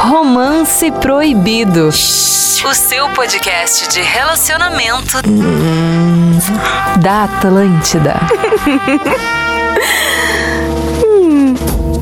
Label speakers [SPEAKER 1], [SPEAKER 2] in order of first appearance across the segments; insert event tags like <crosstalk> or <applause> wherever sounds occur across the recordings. [SPEAKER 1] Romance Proibido. O seu podcast de relacionamento da Atlântida.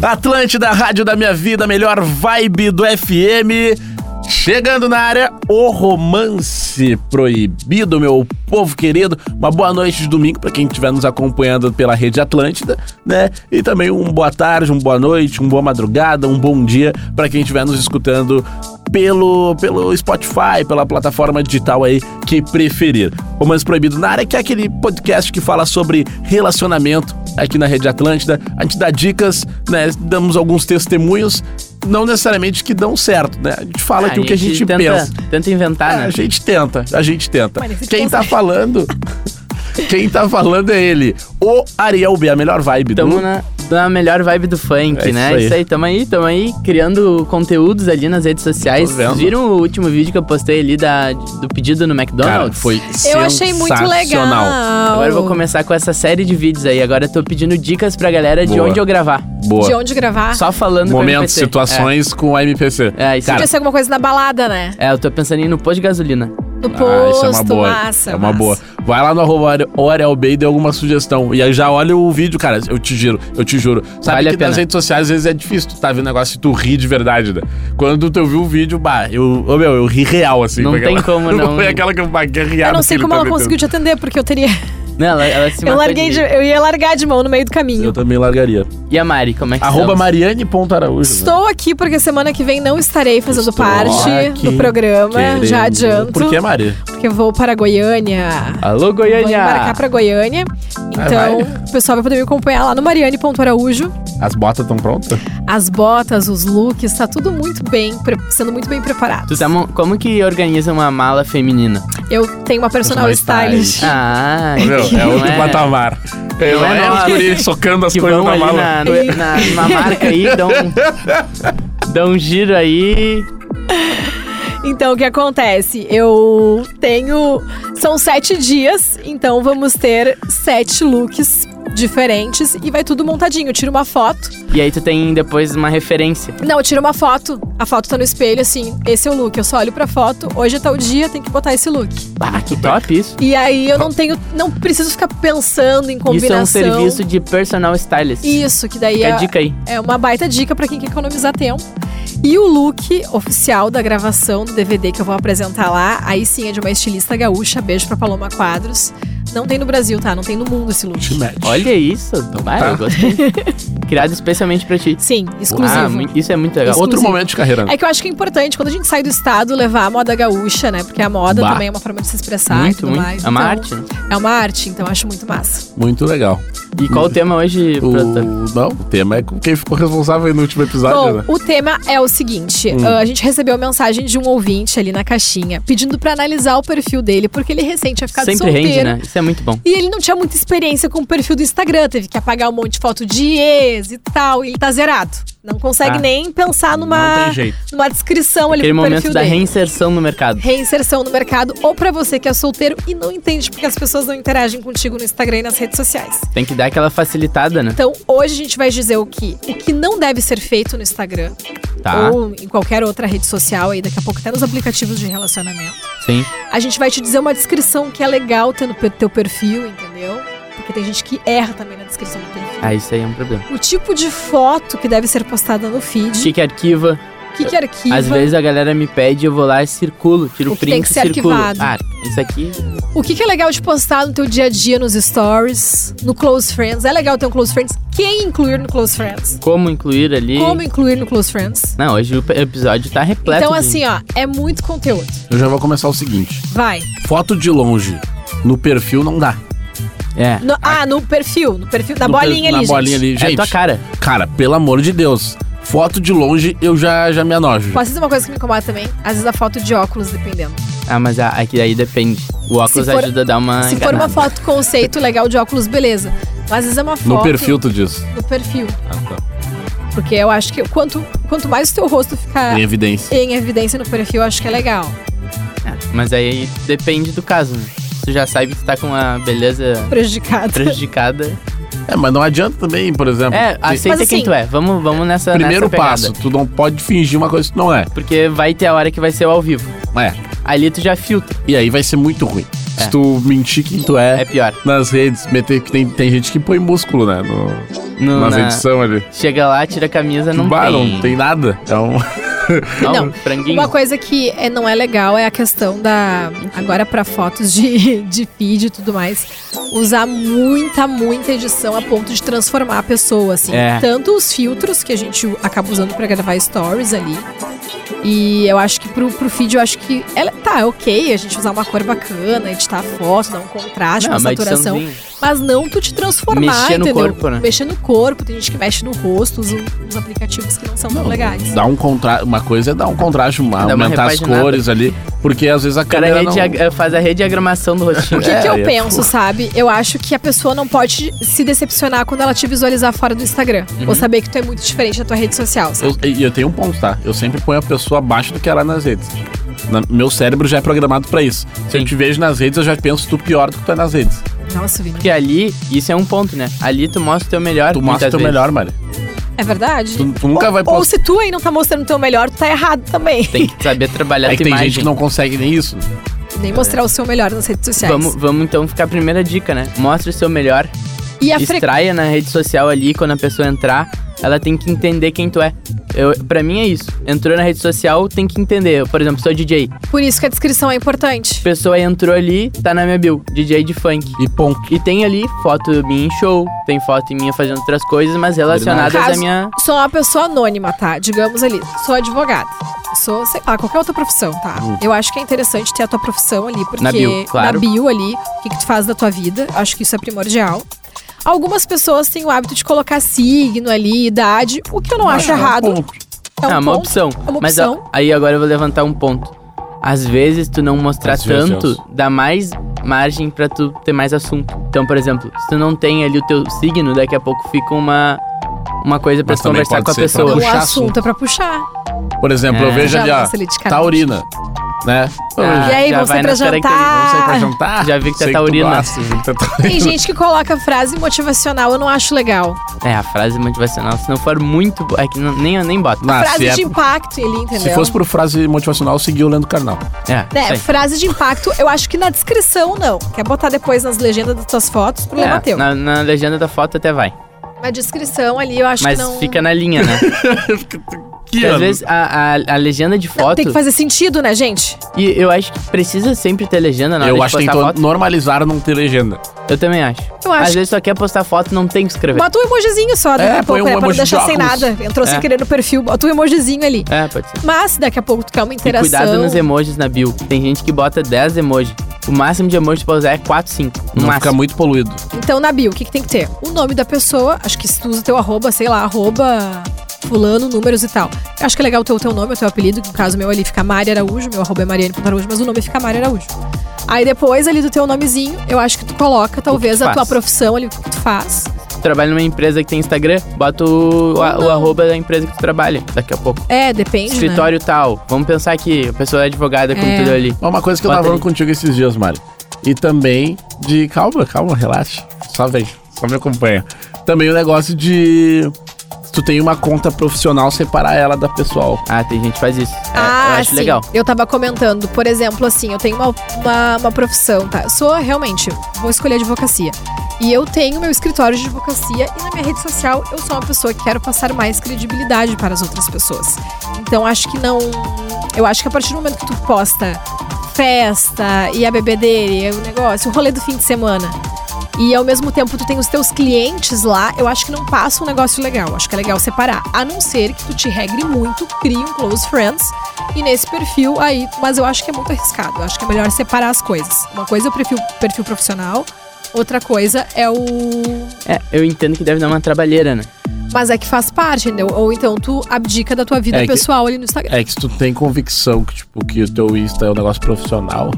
[SPEAKER 2] Atlântida, rádio da minha vida, melhor vibe do FM. Chegando na área, o romance proibido, meu povo querido. Uma boa noite de domingo para quem estiver nos acompanhando pela Rede Atlântida, né? E também um boa tarde, um boa noite, um boa madrugada, um bom dia para quem estiver nos escutando pelo, pelo Spotify, pela plataforma digital aí que preferir. Romance Proibido na área, que é aquele podcast que fala sobre relacionamento aqui na Rede Atlântida. A gente dá dicas, né? Damos alguns testemunhos, não necessariamente que dão certo, né? A gente fala
[SPEAKER 3] Ah,
[SPEAKER 2] que o que a gente
[SPEAKER 3] tenta,
[SPEAKER 2] pensa.
[SPEAKER 3] Tenta inventar,
[SPEAKER 2] É,
[SPEAKER 3] né?
[SPEAKER 2] a gente tenta, a gente tenta.
[SPEAKER 4] Mas esse
[SPEAKER 2] Quem tá
[SPEAKER 4] consegue. <laughs>
[SPEAKER 2] falando. Quem tá falando é ele, o Ariel B, a melhor vibe
[SPEAKER 3] Tamo
[SPEAKER 2] do.
[SPEAKER 3] na, na melhor vibe do funk,
[SPEAKER 2] É isso
[SPEAKER 3] né?
[SPEAKER 2] aí.
[SPEAKER 3] Isso aí, tamo aí, tamo aí, criando conteúdos ali nas redes sociais.
[SPEAKER 2] Tô vendo.
[SPEAKER 3] Viram o último vídeo que eu postei ali da, do pedido no McDonald's?
[SPEAKER 2] Cara, foi Então-
[SPEAKER 4] Eu achei muito legal.
[SPEAKER 2] sensacional.
[SPEAKER 3] Agora eu vou começar com essa série de vídeos aí. Agora eu tô pedindo dicas pra galera de
[SPEAKER 2] Boa.
[SPEAKER 3] onde eu gravar.
[SPEAKER 2] Boa.
[SPEAKER 4] De onde gravar?
[SPEAKER 3] Só falando com o
[SPEAKER 2] Momentos,
[SPEAKER 3] NPC.
[SPEAKER 2] situações com a MPC.
[SPEAKER 3] É, é isso aí.
[SPEAKER 4] Podia ser alguma coisa na balada, né?
[SPEAKER 3] É, eu tô pensando em ir no posto de gasolina.
[SPEAKER 4] No posto,
[SPEAKER 2] Ah, isso é uma boa.
[SPEAKER 4] massa.
[SPEAKER 2] é uma
[SPEAKER 4] massa.
[SPEAKER 2] boa. Vai lá no arroba Are- o Ariel B e dê alguma sugestão. E aí já olha o vídeo, cara. Eu te giro, eu te juro. Sabe
[SPEAKER 3] Vale a
[SPEAKER 2] que nas
[SPEAKER 3] pena.
[SPEAKER 2] redes sociais às vezes é difícil tu tá vendo negócio e tu ri de verdade, né? Quando tu viu o vídeo, bah, eu, ô, meu, eu ri real, assim.
[SPEAKER 3] Não
[SPEAKER 2] foi
[SPEAKER 3] tem
[SPEAKER 2] <laughs>
[SPEAKER 3] como não-
[SPEAKER 2] Foi aquela que eu paguei riada.
[SPEAKER 4] Eu não sei
[SPEAKER 2] que ele
[SPEAKER 4] como
[SPEAKER 2] tá
[SPEAKER 4] ela
[SPEAKER 2] metendo.
[SPEAKER 4] conseguiu te atender, porque eu teria.
[SPEAKER 3] Não, ela, ela se
[SPEAKER 4] Eu,
[SPEAKER 3] matou
[SPEAKER 4] larguei de-
[SPEAKER 3] de...
[SPEAKER 4] eu ia largar de mão no meio do
[SPEAKER 2] Eu
[SPEAKER 4] caminho.
[SPEAKER 2] também largaria.
[SPEAKER 3] E a Mari, como é que
[SPEAKER 2] Arroba
[SPEAKER 3] estamos?
[SPEAKER 2] Mariane.araújo. né?
[SPEAKER 4] Estou aqui porque semana que vem não estarei fazendo
[SPEAKER 2] Estou
[SPEAKER 4] parte
[SPEAKER 2] aqui,
[SPEAKER 4] do programa. Já
[SPEAKER 2] querendo. é
[SPEAKER 4] adianto.
[SPEAKER 2] Por que, Mari?
[SPEAKER 4] Porque eu vou para Goiânia.
[SPEAKER 3] Alô,
[SPEAKER 4] Vou embarcar
[SPEAKER 3] Goiânia!
[SPEAKER 4] para Goiânia. Então, o pessoal vai poder me acompanhar lá no Mariane.araújo.
[SPEAKER 2] As botas estão prontas?
[SPEAKER 4] As botas, os looks, tá tudo muito bem, pre- sendo muito bem preparado.
[SPEAKER 2] é
[SPEAKER 3] Tu tá mon- Como que organiza uma mala feminina?
[SPEAKER 4] Eu tenho uma personal
[SPEAKER 2] Personal
[SPEAKER 4] stylist.
[SPEAKER 2] stylist.
[SPEAKER 3] Ah,
[SPEAKER 2] Meu,
[SPEAKER 3] que
[SPEAKER 2] é
[SPEAKER 3] não
[SPEAKER 2] outro patamar. É,
[SPEAKER 3] Não é
[SPEAKER 2] é os
[SPEAKER 3] nós.
[SPEAKER 2] guri socando as
[SPEAKER 3] Que
[SPEAKER 2] coisas
[SPEAKER 3] vão
[SPEAKER 2] na
[SPEAKER 3] ali
[SPEAKER 2] mala.
[SPEAKER 3] na, na, numa marca aí, dão, dão um giro aí.
[SPEAKER 4] <laughs> Então, o que acontece? Eu tenho. São sete dias, então vamos ter sete looks diferentes e vai tudo montadinho. Eu tiro uma foto.
[SPEAKER 3] E aí tu tem depois uma referência.
[SPEAKER 4] Não, eu tiro uma foto, a foto tá no espelho, assim, esse é o look. Eu só olho pra foto, hoje é tal dia, tem que botar esse look.
[SPEAKER 3] Ah, que top isso.
[SPEAKER 4] E aí eu não tenho. Não preciso ficar pensando em
[SPEAKER 3] Isso é
[SPEAKER 4] combinação.
[SPEAKER 3] um serviço de personal stylist.
[SPEAKER 4] Isso, que daí
[SPEAKER 3] Fica a
[SPEAKER 4] é,
[SPEAKER 3] dica aí.
[SPEAKER 4] é uma baita dica pra quem quer economizar tempo. E o look oficial da gravação do DVD que eu vou apresentar lá, aí sim é de uma estilista gaúcha. Beijo pra Paloma Quadros. Não tem no Brasil, tá? Não tem no mundo esse look.
[SPEAKER 2] Te mete.
[SPEAKER 3] Olha isso. Vai,
[SPEAKER 2] tá.
[SPEAKER 3] eu gostei. Criado especialmente pra ti.
[SPEAKER 4] Sim, exclusivo.
[SPEAKER 3] Ah, mui- isso é muito legal.
[SPEAKER 4] Isso.
[SPEAKER 2] Outro
[SPEAKER 4] exclusivo.
[SPEAKER 2] momento de carreira. né?
[SPEAKER 4] É que eu acho que é importante, quando a gente sai do estado, levar a moda gaúcha, né? Porque a moda
[SPEAKER 2] Bah.
[SPEAKER 4] também é uma forma de se expressar e
[SPEAKER 3] muito,
[SPEAKER 4] tudo
[SPEAKER 3] muito.
[SPEAKER 4] mais.
[SPEAKER 3] É uma
[SPEAKER 4] Então,
[SPEAKER 3] arte. né?
[SPEAKER 4] É uma arte, então eu acho muito massa.
[SPEAKER 2] Muito legal.
[SPEAKER 3] E qual o tema hoje,
[SPEAKER 2] O...
[SPEAKER 3] produtor?
[SPEAKER 2] Não, o tema é com quem ficou responsável aí no último episódio, né?
[SPEAKER 4] Bom, o tema é o seguinte:
[SPEAKER 3] Hum.
[SPEAKER 4] ah, a gente recebeu mensagem de um ouvinte ali na caixinha, pedindo pra analisar o perfil dele, porque ele recente tinha ficado
[SPEAKER 3] Sempre
[SPEAKER 4] solteiro.
[SPEAKER 3] rende, né? Isso é muito bom.
[SPEAKER 4] E ele não tinha muita experiência com o perfil do Instagram, teve que apagar um monte de foto de ex e tal, e ele tá zerado. Não consegue
[SPEAKER 3] Ah.
[SPEAKER 4] nem pensar numa,
[SPEAKER 2] jeito.
[SPEAKER 4] numa descrição ali
[SPEAKER 3] Aquele
[SPEAKER 4] pro
[SPEAKER 3] momento
[SPEAKER 4] perfil
[SPEAKER 3] da
[SPEAKER 4] dele.
[SPEAKER 3] reinserção no mercado.
[SPEAKER 4] Reinserção no mercado, ou pra você que é solteiro e não entende porque as pessoas não interagem contigo no Instagram e nas redes sociais.
[SPEAKER 3] Tem que dar aquela facilitada, né?
[SPEAKER 4] Então, hoje a gente vai dizer o que, o que não deve ser feito no Instagram
[SPEAKER 3] Tá,
[SPEAKER 4] ou em qualquer outra rede social aí, daqui a pouco até nos aplicativos de relacionamento.
[SPEAKER 3] sim.
[SPEAKER 4] A gente vai te dizer uma descrição que é legal ter no pe- teu perfil, entendeu? Porque tem gente que erra também na descrição do perfil.
[SPEAKER 3] Ah, isso aí é um problema.
[SPEAKER 4] O tipo de foto que deve ser postada no feed,
[SPEAKER 3] O que arquiva,
[SPEAKER 4] o que, que arquiva,
[SPEAKER 3] Às vezes a galera me pede, eu vou lá e circulo, tiro
[SPEAKER 4] O
[SPEAKER 3] o
[SPEAKER 4] que
[SPEAKER 3] print
[SPEAKER 4] tem que
[SPEAKER 3] e
[SPEAKER 4] ser
[SPEAKER 3] circulo.
[SPEAKER 4] arquivado.
[SPEAKER 3] Ah, isso aqui.
[SPEAKER 4] o que, que é legal de postar no teu dia a dia, nos stories, no Close Friends. É legal ter um Close Friends? Quem incluir no Close Friends?
[SPEAKER 3] Como incluir ali.
[SPEAKER 4] Como incluir no Close Friends?
[SPEAKER 3] Não, hoje o pe- episódio tá repleto.
[SPEAKER 4] Então,
[SPEAKER 3] de-
[SPEAKER 4] assim, ó, é muito conteúdo.
[SPEAKER 2] Eu já vou começar o seguinte.
[SPEAKER 4] Vai.
[SPEAKER 2] Foto de longe no perfil não dá.
[SPEAKER 3] É.
[SPEAKER 4] No- ah, no perfil, no perfil, na
[SPEAKER 2] No
[SPEAKER 4] bolinha
[SPEAKER 2] perfil-
[SPEAKER 4] ali,
[SPEAKER 2] Na bolinha
[SPEAKER 4] gente.
[SPEAKER 2] ali,
[SPEAKER 3] é a
[SPEAKER 2] gente.
[SPEAKER 3] tua cara.
[SPEAKER 2] Cara, pelo amor de Deus. Foto de longe eu já, já me anojo.
[SPEAKER 4] Posso dizer uma coisa que me incomoda também? Às vezes a foto de óculos, dependendo.
[SPEAKER 3] Ah, mas a- aqui aí depende. O óculos
[SPEAKER 4] for-
[SPEAKER 3] ajuda a dar uma.
[SPEAKER 4] Se for uma
[SPEAKER 3] enganada.
[SPEAKER 4] foto conceito legal de óculos, beleza. Mas às vezes é uma foto.
[SPEAKER 2] No perfil tu diz.
[SPEAKER 4] No perfil.
[SPEAKER 2] Ah,
[SPEAKER 4] Porque eu acho que quanto, quanto mais o teu rosto
[SPEAKER 2] tá.
[SPEAKER 4] ficar
[SPEAKER 2] Em evidência.
[SPEAKER 4] em evidência no perfil, eu acho que é legal.
[SPEAKER 3] É, mas aí depende do caso, né? Tu já sabe que tu tá com uma beleza
[SPEAKER 2] <laughs>
[SPEAKER 4] Prejudicado.
[SPEAKER 3] prejudicada.
[SPEAKER 2] É, mas não adianta também, por exemplo.
[SPEAKER 3] É, aceita
[SPEAKER 4] Mas
[SPEAKER 3] quem
[SPEAKER 4] assim,
[SPEAKER 3] tu é. Vamos, vamos nessa
[SPEAKER 2] Primeiro
[SPEAKER 3] nessa pegada.
[SPEAKER 2] passo, tu não pode fingir uma coisa que tu não é.
[SPEAKER 3] Porque vai ter a hora que vai ser o ao vivo.
[SPEAKER 2] É.
[SPEAKER 3] Ali tu já filtra.
[SPEAKER 2] E aí vai ser muito ruim.
[SPEAKER 3] É.
[SPEAKER 2] Se tu mentir quem tu
[SPEAKER 3] É
[SPEAKER 2] é,
[SPEAKER 3] pior.
[SPEAKER 2] nas redes, meter que tem, tem gente que põe músculo, né? No,
[SPEAKER 3] No-
[SPEAKER 2] nas
[SPEAKER 3] na-
[SPEAKER 2] edições ali.
[SPEAKER 3] Chega lá, tira a camisa, né? não
[SPEAKER 2] Bah,
[SPEAKER 3] tem.
[SPEAKER 2] não tem nada.
[SPEAKER 3] <laughs>
[SPEAKER 2] Então.
[SPEAKER 3] Não,
[SPEAKER 4] Não.
[SPEAKER 3] franguinho.
[SPEAKER 4] Uma coisa que é- não é legal é a questão da. Agora, pra fotos de, <laughs> de feed e tudo mais, usar muita, muita edição a ponto de transformar a pessoa, assim.
[SPEAKER 3] É.
[SPEAKER 4] Tanto os filtros que a gente u- acaba usando pra gravar stories ali. E eu acho que pro, pro feed, eu acho que. Ela, tá, é ok a gente usar uma cor bacana, editar a foto, dar um contraste,
[SPEAKER 3] Não,
[SPEAKER 4] uma
[SPEAKER 3] uma
[SPEAKER 4] saturação.
[SPEAKER 3] ediçãozinha.
[SPEAKER 4] Mas não tu te transformar,
[SPEAKER 3] Mexer no
[SPEAKER 4] entendeu?
[SPEAKER 3] corpo, né?
[SPEAKER 4] Mexer no corpo, tem gente que mexe no rosto, usa uns aplicativos que não são tão legais.
[SPEAKER 2] Dá um contra... Uma coisa é dar um contraste, uma-
[SPEAKER 3] Dá uma
[SPEAKER 2] aumentar as
[SPEAKER 3] repaginada.
[SPEAKER 2] cores ali. Porque às vezes a
[SPEAKER 3] O cara
[SPEAKER 2] câmera não...
[SPEAKER 3] redia- faz a é rediagramação do rostinho.
[SPEAKER 4] O que,
[SPEAKER 2] É,
[SPEAKER 4] que eu
[SPEAKER 2] aí é
[SPEAKER 4] penso,
[SPEAKER 2] fogo.
[SPEAKER 4] sabe? Eu acho que a pessoa não pode se decepcionar quando ela te visualizar fora do Instagram. Ou
[SPEAKER 2] Uhum.
[SPEAKER 4] saber que tu é muito diferente da tua rede social. sabe?
[SPEAKER 2] Eu- E eu, tenho um ponto, tá? Eu sempre ponho a pessoa abaixo do que ela é nas redes. Na- meu cérebro já é programado pra isso. Se
[SPEAKER 3] Sim.
[SPEAKER 2] eu te vejo nas redes, eu já penso tu pior do que tu é nas redes.
[SPEAKER 4] Nossa, Vini.
[SPEAKER 3] Porque ali, isso é um ponto, né? Ali tu mostra o teu melhor.
[SPEAKER 2] Tu mostra
[SPEAKER 3] Ah, muitas
[SPEAKER 2] teu
[SPEAKER 3] vezes.
[SPEAKER 2] melhor, Mari.
[SPEAKER 4] É verdade?
[SPEAKER 2] Tu, tu nunca vai
[SPEAKER 4] Ou
[SPEAKER 2] postar.
[SPEAKER 4] se tu aí não tá mostrando o teu melhor, tu tá errado também.
[SPEAKER 3] Tem que saber trabalhar
[SPEAKER 2] É
[SPEAKER 3] a
[SPEAKER 2] que
[SPEAKER 3] tua
[SPEAKER 2] tem
[SPEAKER 3] imagem.
[SPEAKER 2] gente que não consegue nem isso.
[SPEAKER 4] Nem mostrar o seu melhor nas redes sociais.
[SPEAKER 3] Vamos, vamos então ficar a primeira dica, né? Mostra o seu melhor.
[SPEAKER 4] e a frequência.
[SPEAKER 3] Extraia na rede social ali, quando a pessoa entrar, ela tem que entender quem tu é. Eu, pra mim é isso. Entrou na rede social, tem que entender. Eu, por exemplo, sou DJ.
[SPEAKER 4] Por isso que a descrição é importante.
[SPEAKER 3] A pessoa entrou ali, tá na minha bio, DJ de funk.
[SPEAKER 2] E ponto.
[SPEAKER 3] E tem ali foto minha em show, tem foto minha fazendo outras coisas, mas relacionadas à
[SPEAKER 4] Caso-
[SPEAKER 3] minha.
[SPEAKER 4] Sou uma pessoa anônima, tá? Digamos ali, sou advogada. Sou, sei lá, qualquer outra profissão, tá? Eu acho que é interessante ter a tua profissão ali, porque
[SPEAKER 3] Na bio, claro.
[SPEAKER 4] na bio ali, o que, que tu faz da tua vida, acho que isso é primordial. Algumas pessoas têm o hábito de colocar signo ali, idade, o que eu não acho
[SPEAKER 2] é um
[SPEAKER 4] errado.
[SPEAKER 2] ponto.
[SPEAKER 4] É um
[SPEAKER 3] ah, uma
[SPEAKER 4] ponto.
[SPEAKER 3] opção.
[SPEAKER 4] é uma
[SPEAKER 3] Mas ó,
[SPEAKER 4] opção.
[SPEAKER 3] aí agora eu vou levantar um ponto. Às vezes tu não mostrar
[SPEAKER 2] Às vezes. é
[SPEAKER 3] tanto dá mais margem pra tu ter mais assunto. Então, por exemplo, se tu não tem ali o teu signo, daqui a pouco fica uma uma coisa pra
[SPEAKER 2] Mas
[SPEAKER 3] tu
[SPEAKER 2] também
[SPEAKER 3] conversar
[SPEAKER 2] pode
[SPEAKER 3] com a
[SPEAKER 2] ser pra
[SPEAKER 3] pessoa.
[SPEAKER 4] O
[SPEAKER 2] puxar
[SPEAKER 4] assunto é pra puxar.
[SPEAKER 2] Por exemplo,
[SPEAKER 3] É.
[SPEAKER 2] eu Tá, vejo
[SPEAKER 4] Já
[SPEAKER 2] ali, ó,
[SPEAKER 4] lança ali de cara.
[SPEAKER 2] taurina, né? Eu
[SPEAKER 3] Ah,
[SPEAKER 2] vejo,
[SPEAKER 4] e aí,
[SPEAKER 3] já
[SPEAKER 4] vamos
[SPEAKER 3] vai
[SPEAKER 4] sair pra
[SPEAKER 3] nas
[SPEAKER 4] jantar.
[SPEAKER 3] características, vamos
[SPEAKER 2] pra jantar.
[SPEAKER 3] já vi que tu é
[SPEAKER 2] Sei
[SPEAKER 3] taurina.
[SPEAKER 2] gosta, vi que tu é taurina.
[SPEAKER 4] Tem gente que coloca frase motivacional, eu não acho legal.
[SPEAKER 3] É, a frase motivacional, se não for muito boa, é que não, nem, nem bota.
[SPEAKER 2] Não,
[SPEAKER 4] frase
[SPEAKER 2] se, é-
[SPEAKER 4] de impacto ali, entendeu?
[SPEAKER 2] se fosse por frase motivacional, seguiu o Leandro Carnal.
[SPEAKER 3] É,
[SPEAKER 4] É,
[SPEAKER 3] isso aí.
[SPEAKER 4] frase de impacto, eu acho que na descrição não. Quer botar depois nas legendas das tuas fotos, problema
[SPEAKER 3] É,
[SPEAKER 4] teu.
[SPEAKER 3] na, na legenda da foto até vai.
[SPEAKER 4] Na descrição ali eu acho
[SPEAKER 3] Mas
[SPEAKER 4] que não.
[SPEAKER 3] fica na linha,
[SPEAKER 4] <laughs>
[SPEAKER 3] né?
[SPEAKER 2] Que
[SPEAKER 3] Porque às
[SPEAKER 2] ano?
[SPEAKER 3] vezes a, a, a legenda de
[SPEAKER 4] Não,
[SPEAKER 3] foto.
[SPEAKER 4] tem que fazer sentido, né, gente?
[SPEAKER 3] E eu acho que precisa sempre ter legenda na hora
[SPEAKER 2] eu
[SPEAKER 3] de
[SPEAKER 2] acho que
[SPEAKER 3] postar
[SPEAKER 2] tentou
[SPEAKER 3] foto.
[SPEAKER 2] normalizar não ter legenda.
[SPEAKER 3] Eu também acho.
[SPEAKER 4] Eu acho
[SPEAKER 3] Às vezes só quer postar foto, não tem que escrever.
[SPEAKER 4] Bota um emojizinho só, daqui
[SPEAKER 2] É,
[SPEAKER 4] a
[SPEAKER 2] põe
[SPEAKER 4] pouco,
[SPEAKER 2] um
[SPEAKER 4] né? Pra não
[SPEAKER 2] emoji de
[SPEAKER 4] deixar sem
[SPEAKER 2] óculos.
[SPEAKER 4] nada. Entrou sem
[SPEAKER 3] É.
[SPEAKER 4] querer no perfil, bota um emojizinho ali.
[SPEAKER 3] É, pode ser.
[SPEAKER 4] Mas se daqui a pouco tu quer uma
[SPEAKER 3] E
[SPEAKER 4] interação.
[SPEAKER 3] cuidado nos emojis na bio. Tem gente que bota 10 emojis. O máximo de emojis pra usar é 4, 5. No
[SPEAKER 2] Não fica
[SPEAKER 3] máximo.
[SPEAKER 2] muito poluído.
[SPEAKER 4] Então, na bio, o que, que tem que ter? O nome da pessoa, acho que se tu usa teu arroba, sei lá, arroba fulano, números e tal. Eu acho que é legal ter o teu nome, o teu apelido, que no caso meu ali fica Mari Araújo, meu arroba é Mariane Ponto Araújo, mas o nome fica Mari Araújo. Aí depois ali do teu nomezinho, eu acho que tu coloca talvez
[SPEAKER 3] tu
[SPEAKER 4] a tua
[SPEAKER 3] faz.
[SPEAKER 4] profissão ali, o que tu faz.
[SPEAKER 3] Tu trabalha numa empresa que tem Instagram, bota o, a-
[SPEAKER 4] Uhum.
[SPEAKER 3] o arroba da empresa que tu trabalha. Daqui a pouco.
[SPEAKER 4] É, depende, né?
[SPEAKER 3] Escritório tal. Vamos pensar aqui. A pessoa é advogada com
[SPEAKER 4] É.
[SPEAKER 3] tudo ali.
[SPEAKER 2] Uma coisa que eu
[SPEAKER 3] Bota
[SPEAKER 2] tava falando
[SPEAKER 3] aí.
[SPEAKER 2] contigo esses dias, Mari. E também de. Calma, calma, relaxa. Só vem. Só me acompanha. Também o negócio de. se Tu tem uma conta profissional, separar ela da pessoal.
[SPEAKER 3] Ah, tem gente que faz isso. É,
[SPEAKER 4] Ah,
[SPEAKER 3] eu acho
[SPEAKER 4] sim.
[SPEAKER 3] legal.
[SPEAKER 4] Eu tava comentando, por exemplo, assim, eu tenho uma, uma, uma profissão, tá? Eu sou realmente, vou escolher advocacia. E eu tenho meu escritório de advocacia e na minha rede social eu sou uma pessoa que quero passar mais credibilidade para as outras pessoas. Então acho que não. Eu acho que a partir do momento que tu posta festa e a bebedeira e o negócio, o rolê do fim de semana. E ao mesmo tempo tu tem os teus clientes lá, eu acho que não passa um negócio legal. Acho que é legal separar. A não ser que tu te regre muito, crie um close friends e nesse perfil aí, mas eu acho que é muito arriscado. Eu acho que é melhor separar as coisas. Uma coisa é o perfil, perfil profissional, outra coisa é o.
[SPEAKER 3] É, eu entendo que deve dar uma trabalheira, né?
[SPEAKER 4] Mas é que faz parte, entendeu? Ou então tu abdica da tua vida
[SPEAKER 2] É que-
[SPEAKER 4] pessoal ali no Instagram.
[SPEAKER 2] É que se tu tem convicção que, tipo, que o teu Insta é um negócio profissional,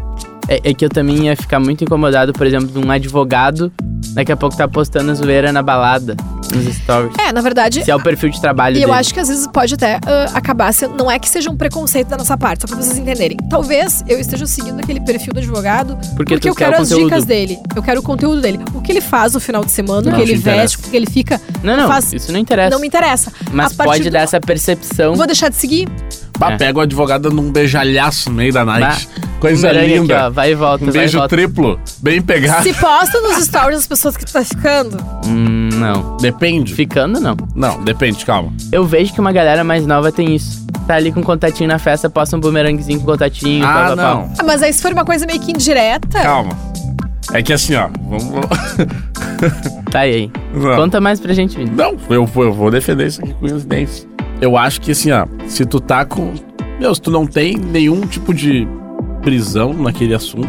[SPEAKER 3] É, é que eu também ia ficar muito incomodado, por exemplo, de um advogado daqui a pouco tá postando zoeira na balada, nos stories.
[SPEAKER 4] É, na verdade,
[SPEAKER 3] Se é o perfil de trabalho
[SPEAKER 4] E
[SPEAKER 3] dele.
[SPEAKER 4] eu acho que às vezes pode até ah, acabar sendo. Não é que seja um preconceito da nossa parte, só pra vocês entenderem. Talvez eu esteja seguindo aquele perfil do advogado
[SPEAKER 3] Porque
[SPEAKER 4] porque,
[SPEAKER 3] tu
[SPEAKER 4] eu
[SPEAKER 3] quer o
[SPEAKER 4] quero as
[SPEAKER 3] conteúdo.
[SPEAKER 4] dicas dele. Eu quero o conteúdo dele. O que ele faz no final de semana, o
[SPEAKER 2] Não
[SPEAKER 4] que
[SPEAKER 2] te
[SPEAKER 4] ele
[SPEAKER 2] interessa.
[SPEAKER 4] veste, o que ele fica,
[SPEAKER 3] Não, não,
[SPEAKER 4] faz-
[SPEAKER 3] isso não interessa. Então
[SPEAKER 4] não me interessa.
[SPEAKER 3] Mas
[SPEAKER 4] A partir
[SPEAKER 3] pode
[SPEAKER 4] do-
[SPEAKER 3] dar essa percepção.
[SPEAKER 4] Vou deixar de seguir?
[SPEAKER 2] Bah,
[SPEAKER 3] É.
[SPEAKER 2] Pega o advogado num beijalhaço no meio da night. Coisa
[SPEAKER 3] Bumerangue aqui,
[SPEAKER 2] linda.
[SPEAKER 3] ó, vai e volta,
[SPEAKER 2] um
[SPEAKER 3] vai e
[SPEAKER 2] beijo
[SPEAKER 3] volta.
[SPEAKER 2] triplo. Bem pegado.
[SPEAKER 4] Se posta nos stories das pessoas que tu tá ficando.
[SPEAKER 3] Hum, não.
[SPEAKER 2] Depende.
[SPEAKER 3] Ficando, não.
[SPEAKER 2] Não, depende, calma.
[SPEAKER 3] Eu vejo que uma galera mais nova tem isso. Tá ali com contatinho na festa, posta um bumeranguezinho com contatinho,
[SPEAKER 2] ah,
[SPEAKER 3] pá, pá, pá.
[SPEAKER 2] não.
[SPEAKER 4] Ah, mas aí se for uma coisa meio que indireta.
[SPEAKER 2] Calma. É que assim, ó. Vamos. <laughs>
[SPEAKER 3] Tá aí.
[SPEAKER 2] Não.
[SPEAKER 3] Conta mais pra gente, Vini.
[SPEAKER 2] Não, eu, vou- eu vou defender isso aqui com os dentes. Eu acho que assim, ó, se tu tá com. Meu, se tu não tem nenhum tipo de prisão naquele assunto.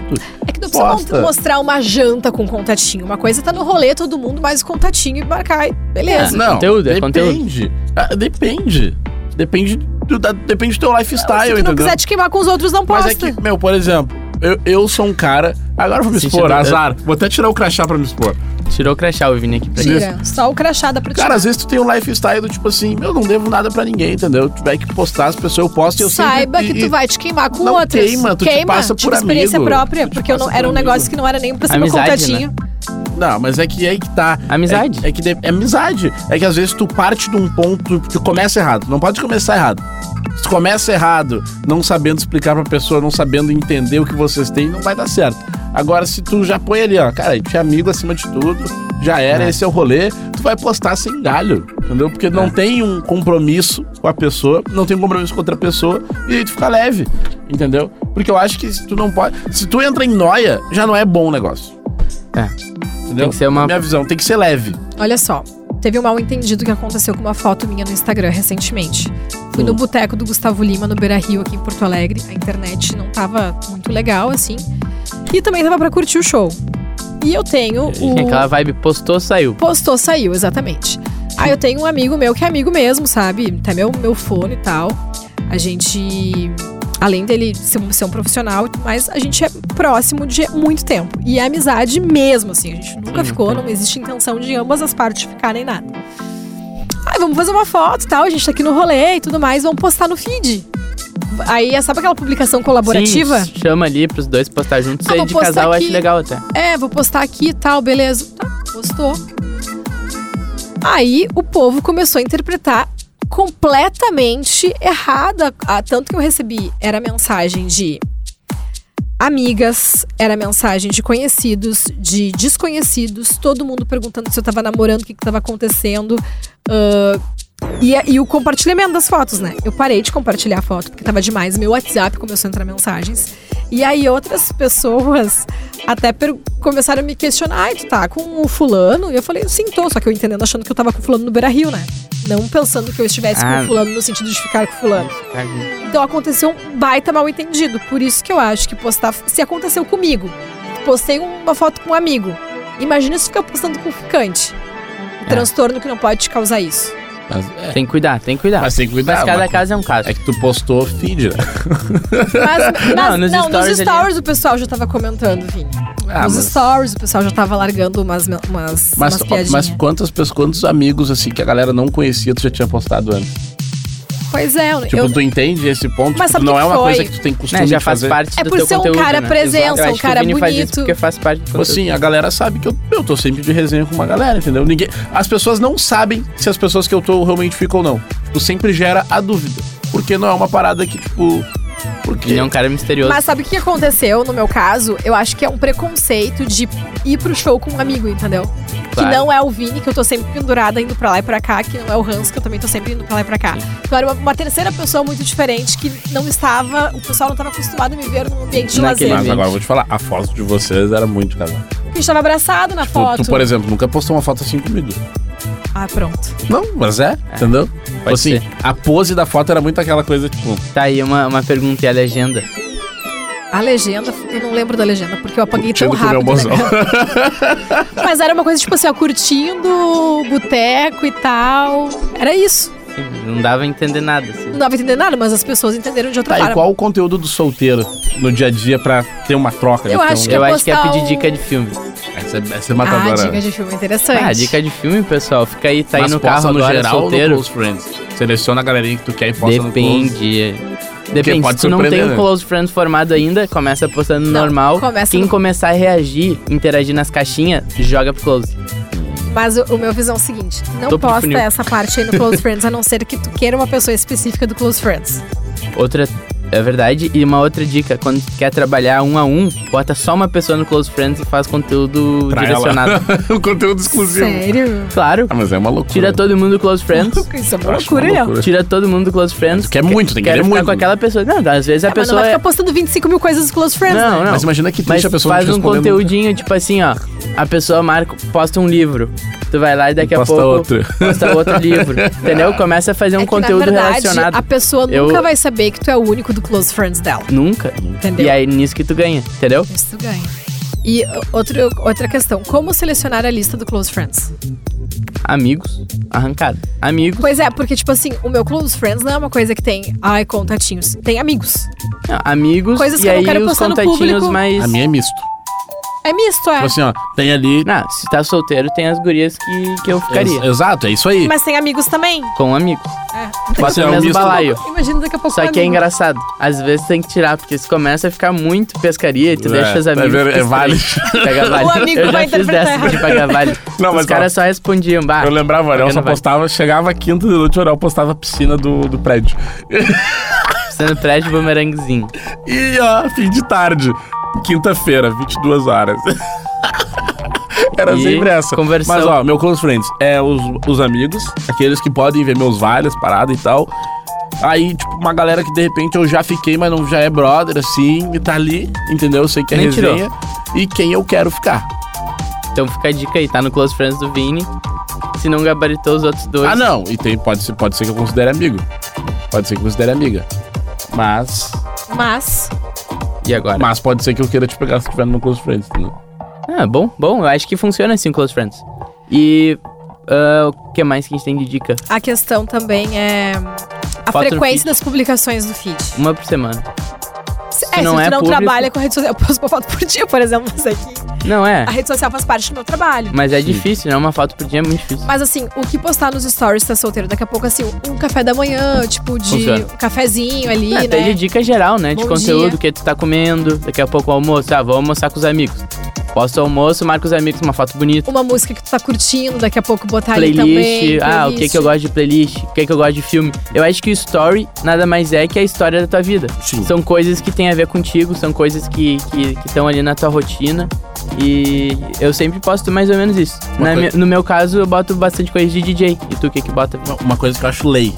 [SPEAKER 4] É que não precisa
[SPEAKER 2] Posta.
[SPEAKER 4] mont- mostrar uma janta com contatinho. Uma coisa tá no rolê, todo mundo, mais o contatinho e marcar. e Beleza.
[SPEAKER 2] não,
[SPEAKER 3] conteúdo, é
[SPEAKER 2] depende. Ah, depende. Depende do, da- depende do teu lifestyle,
[SPEAKER 4] Se tu
[SPEAKER 2] tá, entendeu?
[SPEAKER 4] não quiser te queimar com os outros, não
[SPEAKER 2] Mas
[SPEAKER 4] posta.
[SPEAKER 2] é que, meu, por exemplo, eu, eu sou um cara. Agora eu vou me
[SPEAKER 3] Sim,
[SPEAKER 2] expor,
[SPEAKER 3] eu-
[SPEAKER 2] azar. Vou até tirar o crachá pra me expor.
[SPEAKER 3] Tirou o crachá o Vini aqui pra gente.
[SPEAKER 4] Tira. Só o crachada pra
[SPEAKER 2] Cara,
[SPEAKER 4] tirar.
[SPEAKER 2] às vezes tu tem um lifestyle do tipo assim, eu não devo nada pra ninguém, entendeu? Tu tiver que postar, as pessoas eu posto e eu sempre-
[SPEAKER 4] Saiba
[SPEAKER 2] e-
[SPEAKER 4] que tu vai te queimar com
[SPEAKER 2] Não
[SPEAKER 4] outros.
[SPEAKER 2] queima, tu te passa por
[SPEAKER 4] tive experiência
[SPEAKER 2] amigo.
[SPEAKER 4] própria,
[SPEAKER 2] Tu te
[SPEAKER 4] porque eu não,
[SPEAKER 2] passa
[SPEAKER 4] era
[SPEAKER 2] por
[SPEAKER 4] um
[SPEAKER 2] amigo.
[SPEAKER 4] negócio que não era nem pra ser meu
[SPEAKER 3] Amizade,
[SPEAKER 4] contatinho.
[SPEAKER 2] Não, mas é que é aí que tá.
[SPEAKER 3] Amizade.
[SPEAKER 2] É, é que de- é amizade. É que às vezes tu parte de um ponto que tu começa errado. Não pode começar errado. Se tu começa errado, não sabendo explicar pra pessoa, não sabendo entender o que vocês têm, não vai dar certo. Agora, se tu já põe ali, ó, cara, tinha amigo acima de tudo, já era,
[SPEAKER 3] É.
[SPEAKER 2] esse é o rolê, tu vai postar sem galho, entendeu? Porque não
[SPEAKER 3] É.
[SPEAKER 2] tem um compromisso com a pessoa, não tem um compromisso com outra pessoa, e aí tu fica leve, entendeu? Porque eu acho que se tu não pode. Se tu entra em noia, já não é bom o negócio.
[SPEAKER 3] É.
[SPEAKER 2] Entendeu?
[SPEAKER 3] Tem que ser uma-
[SPEAKER 2] Minha visão, tem que ser leve.
[SPEAKER 4] Olha só, teve um mal entendido que aconteceu com uma foto minha no Instagram recentemente. Fui no boteco do Gustavo Lima, no Beira Rio, aqui em Porto Alegre. A internet não tava muito legal, assim. E também tava pra curtir o show. E eu tenho o.
[SPEAKER 3] É, Aquela vibe postou, saiu.
[SPEAKER 4] Postou, saiu, exatamente. Aí eu tenho um amigo meu que é amigo mesmo, sabe? Até meu, meu fone e tal. A gente. Além dele ser um, ser um profissional, mas a gente é próximo de muito tempo. E é amizade mesmo, assim. A gente nunca
[SPEAKER 3] Sim,
[SPEAKER 4] ficou,
[SPEAKER 3] sim.
[SPEAKER 4] não existe intenção de ambas as partes ficarem nada. Aí vamos fazer uma foto e tal, a gente tá aqui no rolê e tudo mais, vamos postar no feed. Aí, é- sabe aquela publicação colaborativa?
[SPEAKER 3] Sim, chama ali pros dois postar juntos. Isso
[SPEAKER 4] Ah,
[SPEAKER 3] aí
[SPEAKER 4] vou
[SPEAKER 3] de
[SPEAKER 4] postar
[SPEAKER 3] casal eu acho
[SPEAKER 4] aqui.
[SPEAKER 3] legal até.
[SPEAKER 4] É, vou postar aqui e tal, beleza. Tá, postou. Aí o povo começou a interpretar completamente errada. Ah, tanto que eu recebi era mensagem de amigas, era mensagem de conhecidos, de desconhecidos, todo mundo perguntando se eu tava namorando, o que, que tava acontecendo. Ah, e, a- e o compartilhamento das fotos, né? Eu parei de compartilhar a foto, porque tava demais. Meu WhatsApp começou a entrar mensagens. E aí outras pessoas até per- começaram a me questionar, ai, tu tá com o fulano? E eu falei, sim, tô, só que eu entendendo, achando que eu tava com o fulano no Beira Rio, né? Não pensando que eu estivesse
[SPEAKER 3] Ah.
[SPEAKER 4] com o fulano no sentido de ficar com o fulano.
[SPEAKER 3] Tá aqui.
[SPEAKER 4] Então aconteceu um baita mal entendido. Por isso que eu acho que postar. Se aconteceu comigo, postei uma foto com um amigo. Imagina se ficar postando com um ficante. O
[SPEAKER 3] É.
[SPEAKER 4] transtorno que não pode te causar
[SPEAKER 2] <laughs>
[SPEAKER 4] isso.
[SPEAKER 2] Mas, é,
[SPEAKER 3] Tem que cuidar, tem que cuidar.
[SPEAKER 2] mas tem que cuidar.
[SPEAKER 3] Mas cada
[SPEAKER 2] mas-
[SPEAKER 3] caso é um caso.
[SPEAKER 2] É que tu postou feed, né?
[SPEAKER 4] Mas, mas-
[SPEAKER 3] Não,
[SPEAKER 4] não,
[SPEAKER 3] nos
[SPEAKER 4] nos
[SPEAKER 3] stories
[SPEAKER 4] stories,
[SPEAKER 3] ele-
[SPEAKER 4] o pessoal já tava comentando, Vini.
[SPEAKER 2] <laughs> é Ah,
[SPEAKER 4] nos
[SPEAKER 2] mas-
[SPEAKER 4] stories o pessoal já tava largando umas, umas, umas
[SPEAKER 2] Mas,
[SPEAKER 4] piadinhas.
[SPEAKER 2] mas quantas pessoas, quantos amigos, assim, que a galera não conhecia, tu já tinha postado antes?
[SPEAKER 4] Pois é, eu-
[SPEAKER 2] Tipo, tu entende esse ponto?
[SPEAKER 4] Mas
[SPEAKER 2] Tipo,
[SPEAKER 4] sabe
[SPEAKER 2] não
[SPEAKER 4] que
[SPEAKER 2] é uma
[SPEAKER 4] foi?
[SPEAKER 2] coisa que tu tem costume
[SPEAKER 3] Né, já
[SPEAKER 2] de
[SPEAKER 3] faz
[SPEAKER 2] fazer.
[SPEAKER 3] parte
[SPEAKER 4] É
[SPEAKER 3] do
[SPEAKER 4] por
[SPEAKER 3] teu
[SPEAKER 4] ser um
[SPEAKER 3] conteúdo,
[SPEAKER 4] cara
[SPEAKER 3] né?
[SPEAKER 4] presença,
[SPEAKER 3] Exato. Eu
[SPEAKER 4] um
[SPEAKER 3] acho que
[SPEAKER 4] cara
[SPEAKER 3] o Vini Faz isso
[SPEAKER 4] bonito.
[SPEAKER 3] porque faz parte do
[SPEAKER 2] Tipo
[SPEAKER 3] conteúdo.
[SPEAKER 2] assim, a galera sabe que eu, eu tô sempre de resenha com uma galera, entendeu? Ninguém, as pessoas não sabem se as pessoas que eu tô realmente ficam ou não. Tipo, sempre gera a dúvida. Porque não é uma parada que, tipo. Porque.
[SPEAKER 3] Ele é um cara misterioso.
[SPEAKER 4] Mas sabe o que aconteceu no meu caso? Eu acho que é um preconceito de ir pro show com um amigo, entendeu?
[SPEAKER 3] Claro.
[SPEAKER 4] Que não é o Vini, que eu tô sempre pendurada indo pra lá e pra cá, que não é o Hans, que eu também tô sempre indo pra lá e pra cá. Então era uma, uma terceira pessoa muito diferente que não estava, o pessoal não estava acostumado a me ver num ambiente de
[SPEAKER 3] Naquele
[SPEAKER 4] lazer.
[SPEAKER 2] Mas
[SPEAKER 3] ambiente.
[SPEAKER 2] agora eu vou te falar, a foto de vocês era muito casal.
[SPEAKER 4] Porque a gente tava abraçado na
[SPEAKER 2] Tipo,
[SPEAKER 4] foto.
[SPEAKER 2] tu, por exemplo, nunca postou uma foto assim comigo.
[SPEAKER 4] Ah, pronto.
[SPEAKER 2] Não, mas é, entendeu? Tipo assim,
[SPEAKER 3] ser.
[SPEAKER 2] a pose da foto era muito aquela coisa, tipo,
[SPEAKER 3] Tá aí uma, uma pergunta e a legenda.
[SPEAKER 4] A legenda, eu não lembro da legenda, porque eu apaguei tão
[SPEAKER 2] curtindo com o meu <laughs>
[SPEAKER 4] rápido.
[SPEAKER 2] mozão.
[SPEAKER 4] né? Mas era uma coisa tipo assim, ó, curtindo, boteco e tal. Era isso.
[SPEAKER 3] Não dava a entender nada, assim.
[SPEAKER 4] Não dava entender nada, mas as pessoas entenderam de outra
[SPEAKER 2] Tá, e
[SPEAKER 4] forma.
[SPEAKER 2] qual o conteúdo do solteiro no dia a dia pra ter uma troca?
[SPEAKER 4] Eu
[SPEAKER 2] né? Ter
[SPEAKER 4] acho
[SPEAKER 2] um-
[SPEAKER 4] que
[SPEAKER 3] Eu acho que é
[SPEAKER 4] postar
[SPEAKER 3] pedir
[SPEAKER 4] um-
[SPEAKER 3] dica de filme.
[SPEAKER 2] Essa, essa é
[SPEAKER 4] Ah,
[SPEAKER 2] matadora.
[SPEAKER 4] dica de filme interessante.
[SPEAKER 3] Ah, dica de filme, pessoal. Fica aí, tá aí
[SPEAKER 2] Mas
[SPEAKER 3] no
[SPEAKER 2] posta
[SPEAKER 3] carro
[SPEAKER 2] no
[SPEAKER 3] agora,
[SPEAKER 2] geral ou no
[SPEAKER 3] solteiro.
[SPEAKER 2] Close Friends? Seleciona a galerinha que tu quer e posta no Close.
[SPEAKER 3] Depende. Depende,
[SPEAKER 2] pode
[SPEAKER 3] se tu não
[SPEAKER 2] surpreender,
[SPEAKER 3] tem
[SPEAKER 2] né?
[SPEAKER 3] o Close Friends formado ainda, começa postando
[SPEAKER 4] Não,
[SPEAKER 3] normal.
[SPEAKER 4] começa
[SPEAKER 3] Quem
[SPEAKER 4] no-
[SPEAKER 3] começar a reagir, interagir nas caixinhas, joga pro Close.
[SPEAKER 4] Mas o, o meu visão é o seguinte: não
[SPEAKER 3] Topo do
[SPEAKER 4] posta
[SPEAKER 3] funil.
[SPEAKER 4] essa parte aí no
[SPEAKER 3] <laughs>
[SPEAKER 4] Close Friends, a não ser que tu queira uma pessoa específica do Close Friends.
[SPEAKER 3] Outra. É verdade. E uma outra dica, quando tu quer trabalhar um a um, bota só uma pessoa no Close Friends e faz conteúdo
[SPEAKER 2] Pra
[SPEAKER 3] direcionado.
[SPEAKER 2] ela. <laughs> um conteúdo exclusivo.
[SPEAKER 4] Sério?
[SPEAKER 3] Claro.
[SPEAKER 2] Ah, mas é uma loucura.
[SPEAKER 3] Tira todo mundo do Close Friends.
[SPEAKER 4] <laughs> Isso é uma
[SPEAKER 2] Eu acho uma
[SPEAKER 4] loucura, né?
[SPEAKER 2] loucura.
[SPEAKER 3] Tira todo mundo do Close Friends.
[SPEAKER 2] Tu quer muito, tem que
[SPEAKER 3] Quero
[SPEAKER 2] querer
[SPEAKER 3] ficar
[SPEAKER 2] muito,
[SPEAKER 3] com
[SPEAKER 2] né?
[SPEAKER 3] aquela pessoa. Não, às vezes a
[SPEAKER 4] Mas não
[SPEAKER 3] pessoa
[SPEAKER 4] vai
[SPEAKER 3] é...
[SPEAKER 4] ficar postando 25 mil coisas do Close Friends,
[SPEAKER 3] Não,
[SPEAKER 4] né?
[SPEAKER 3] não.
[SPEAKER 2] Mas imagina que
[SPEAKER 3] Mas
[SPEAKER 2] deixa a pessoa
[SPEAKER 3] faz
[SPEAKER 2] te
[SPEAKER 3] um
[SPEAKER 2] respondendo.
[SPEAKER 3] conteúdinho, tipo assim, ó. A pessoa marca, posta um livro. Tu vai lá e daqui a
[SPEAKER 2] Posta
[SPEAKER 3] pouco
[SPEAKER 2] outro.
[SPEAKER 3] posta
[SPEAKER 2] <laughs>
[SPEAKER 3] outro livro. Entendeu? Começa a fazer um
[SPEAKER 4] É que,
[SPEAKER 3] conteúdo
[SPEAKER 4] na verdade,
[SPEAKER 3] relacionado.
[SPEAKER 4] A pessoa
[SPEAKER 3] Eu-
[SPEAKER 4] nunca vai saber que tu é o único do Close Friends dela.
[SPEAKER 3] Nunca.
[SPEAKER 4] Entendeu?
[SPEAKER 3] E aí nisso que tu ganha, entendeu?
[SPEAKER 4] Isso tu ganha. E uh, outro, outra questão: como selecionar a lista do Close Friends?
[SPEAKER 3] Amigos, arrancado. Amigos.
[SPEAKER 4] Pois é, porque, tipo assim, o meu Close Friends não é uma coisa que tem, ai, contatinhos. Tem amigos.
[SPEAKER 3] não, amigos
[SPEAKER 4] Coisas
[SPEAKER 3] e
[SPEAKER 4] que eu não
[SPEAKER 3] aí
[SPEAKER 4] quero
[SPEAKER 3] os
[SPEAKER 4] postar no
[SPEAKER 3] contatinhos
[SPEAKER 4] público.
[SPEAKER 3] mais.
[SPEAKER 2] A minha é misto.
[SPEAKER 4] É misto, é.
[SPEAKER 2] Tipo assim, ó, tem ali.
[SPEAKER 3] Não, se tá solteiro, tem as gurias que, que eu ficaria.
[SPEAKER 2] Ex- exato, é isso aí.
[SPEAKER 4] Mas tem amigos também.
[SPEAKER 3] Com amigos.
[SPEAKER 4] É.
[SPEAKER 3] Bota
[SPEAKER 2] é
[SPEAKER 3] no
[SPEAKER 2] um
[SPEAKER 3] mesmo
[SPEAKER 2] misto.
[SPEAKER 3] balaio.
[SPEAKER 4] Imagina daqui a pouco.
[SPEAKER 3] Só
[SPEAKER 4] um
[SPEAKER 3] que é
[SPEAKER 4] amigo.
[SPEAKER 3] engraçado. Às vezes tem que tirar, porque se começa a ficar muito pescaria, tu
[SPEAKER 2] É,
[SPEAKER 3] deixa os
[SPEAKER 2] é
[SPEAKER 3] amigos.
[SPEAKER 2] ver- é
[SPEAKER 3] estranhos. <laughs>
[SPEAKER 2] vale.
[SPEAKER 3] Pagar vale.
[SPEAKER 4] O amigo
[SPEAKER 3] eu já
[SPEAKER 4] vai
[SPEAKER 3] fiz
[SPEAKER 4] interpretar
[SPEAKER 3] dessa de pagar vale.
[SPEAKER 2] <laughs> Não, mas
[SPEAKER 3] os caras só respondiam, bah.
[SPEAKER 2] Eu lembrava, olha, eu só
[SPEAKER 3] pagando vale.
[SPEAKER 2] postava, chegava quinta de noite, eu postava a piscina do, do prédio. <laughs>
[SPEAKER 3] Sendo prédio bumeranguezinho.
[SPEAKER 2] E ó, fim de tarde. Quinta-feira, 22 horas. <laughs> Era
[SPEAKER 3] E
[SPEAKER 2] sempre essa.
[SPEAKER 3] conversão.
[SPEAKER 2] Mas ó, meu close friends é os, os amigos, aqueles que podem ver meus vales, parada e tal. Aí, tipo, uma galera que de repente eu já fiquei, mas não já é brother, assim, e tá ali, entendeu? Eu sei que é
[SPEAKER 3] Nem
[SPEAKER 2] resenha. E quem eu quero ficar.
[SPEAKER 3] Então fica a dica aí, tá no Close Friends do Vini. Se não gabaritou os outros dois.
[SPEAKER 2] Ah, não. E tem, pode, ser, pode ser que eu considere amigo. Pode ser que eu considere amiga. Mas.
[SPEAKER 4] Mas.
[SPEAKER 3] E agora?
[SPEAKER 2] Mas pode ser que eu queira te pegar se estiver no meu close friends, entendeu?
[SPEAKER 3] Ah, bom, bom. Eu acho que funciona assim o Close Friends. E. ah, o que mais que a gente tem de dica?
[SPEAKER 4] A questão também é a
[SPEAKER 3] Foto no
[SPEAKER 4] frequência
[SPEAKER 3] feed.
[SPEAKER 4] das publicações no feed.
[SPEAKER 3] Uma por semana.
[SPEAKER 4] Se, é,
[SPEAKER 3] não
[SPEAKER 4] se tu
[SPEAKER 3] é
[SPEAKER 4] não
[SPEAKER 3] público-
[SPEAKER 4] trabalha com a rede social, <laughs> eu posto uma foto por dia, por exemplo, mas aqui.
[SPEAKER 3] Não é?
[SPEAKER 4] A rede social faz parte do meu trabalho.
[SPEAKER 3] Mas é difícil, né? Uma foto por dia é muito difícil.
[SPEAKER 4] Mas assim, o que postar nos stories tá solteiro daqui a pouco, assim, um café da manhã, tipo, de
[SPEAKER 3] Funciona.
[SPEAKER 4] um cafezinho ali,
[SPEAKER 3] Ah, Até de
[SPEAKER 4] né?
[SPEAKER 3] dica geral, né? de
[SPEAKER 4] Bom
[SPEAKER 3] conteúdo,
[SPEAKER 4] dia.
[SPEAKER 3] o que tu tá comendo. Daqui a pouco o almoço. Ah, vou almoçar com os amigos. Posto o almoço, marco os amigos, uma foto bonita.
[SPEAKER 4] Uma música que tu tá curtindo, daqui a pouco botar
[SPEAKER 3] playlist,
[SPEAKER 4] ali também.
[SPEAKER 3] ah, o que
[SPEAKER 4] playlist.
[SPEAKER 3] que eu gosto de playlist, o que que eu gosto de filme. Eu acho que o story nada mais é que a história da tua vida.
[SPEAKER 2] Sim.
[SPEAKER 3] São coisas que têm a ver contigo, são coisas que estão que, que tão ali na tua rotina. E eu sempre posto mais ou menos isso.
[SPEAKER 2] Uma
[SPEAKER 3] Na
[SPEAKER 2] coisa-
[SPEAKER 3] mi- no meu caso, eu boto bastante coisa de DJ. E tu, o que que bota?
[SPEAKER 2] Uma- Uma coisa que eu acho lei.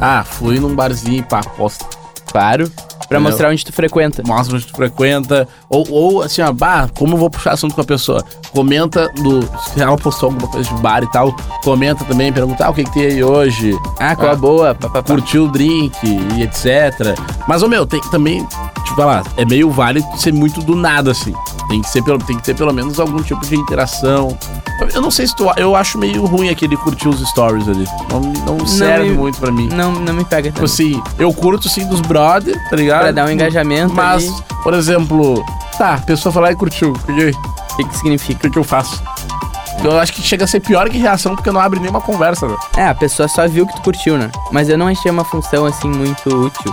[SPEAKER 2] Ah, fui num barzinho e pá, posta.
[SPEAKER 3] Claro, pra
[SPEAKER 2] Entendeu?
[SPEAKER 3] mostrar onde tu frequenta.
[SPEAKER 2] Mostra onde tu frequenta. Ou, ou assim, ó, bah, como eu vou puxar assunto com a pessoa? Comenta do. Se ela postou alguma coisa de bar e tal, comenta também, pergunta ah, o que, que tem aí hoje.
[SPEAKER 3] Ah, qual
[SPEAKER 2] Ah.
[SPEAKER 3] a boa? Pá, pá, pá.
[SPEAKER 2] Curtiu o drink e etc. Mas, ô meu, tem que também. Tipo, vai lá, é meio vale ser muito do nada, assim. Tem que, ser pelo, tem que ter pelo menos algum tipo de interação. Eu- Eu não sei se tu. Eu acho meio ruim aquele curtir os stories ali. Não, não serve
[SPEAKER 3] eu-
[SPEAKER 2] muito pra mim.
[SPEAKER 3] Não, não me pega.
[SPEAKER 2] Tipo
[SPEAKER 3] tanto.
[SPEAKER 2] assim, eu curto sim dos brother, tá ligado?
[SPEAKER 3] Pra dar um engajamento.
[SPEAKER 2] Mas,
[SPEAKER 3] ali.
[SPEAKER 2] por exemplo, tá, a pessoa foi lá e curtiu. O que,
[SPEAKER 3] O que, que significa?
[SPEAKER 2] o que, que eu faço? Eu acho que chega a ser pior que reação porque não abre nenhuma conversa, né?
[SPEAKER 3] É, a pessoa só viu que tu curtiu, né? Mas eu não achei uma função assim muito útil.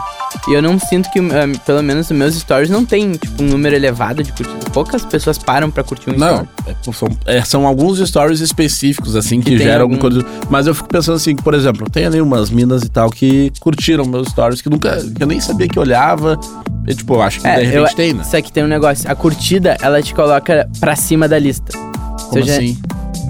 [SPEAKER 3] E eu não sinto que, ah, pelo menos os meus stories não tem, tipo, um número elevado de curtidas. Poucas pessoas param pra curtir um story.
[SPEAKER 2] É, são, é, são alguns stories específicos, assim, que,
[SPEAKER 3] Que tem
[SPEAKER 2] geram algum
[SPEAKER 3] algum-
[SPEAKER 2] conteúdo. Mas eu fico pensando assim, por exemplo, tem ali umas minas e tal que curtiram meus stories, que nunca. que eu nem sabia que olhava. E, tipo, eu acho que
[SPEAKER 3] É,
[SPEAKER 2] de repente
[SPEAKER 3] eu-
[SPEAKER 2] tem, né?
[SPEAKER 3] Só que tem um negócio. A curtida, ela te coloca pra cima da lista.
[SPEAKER 2] Como
[SPEAKER 3] já-
[SPEAKER 2] assim?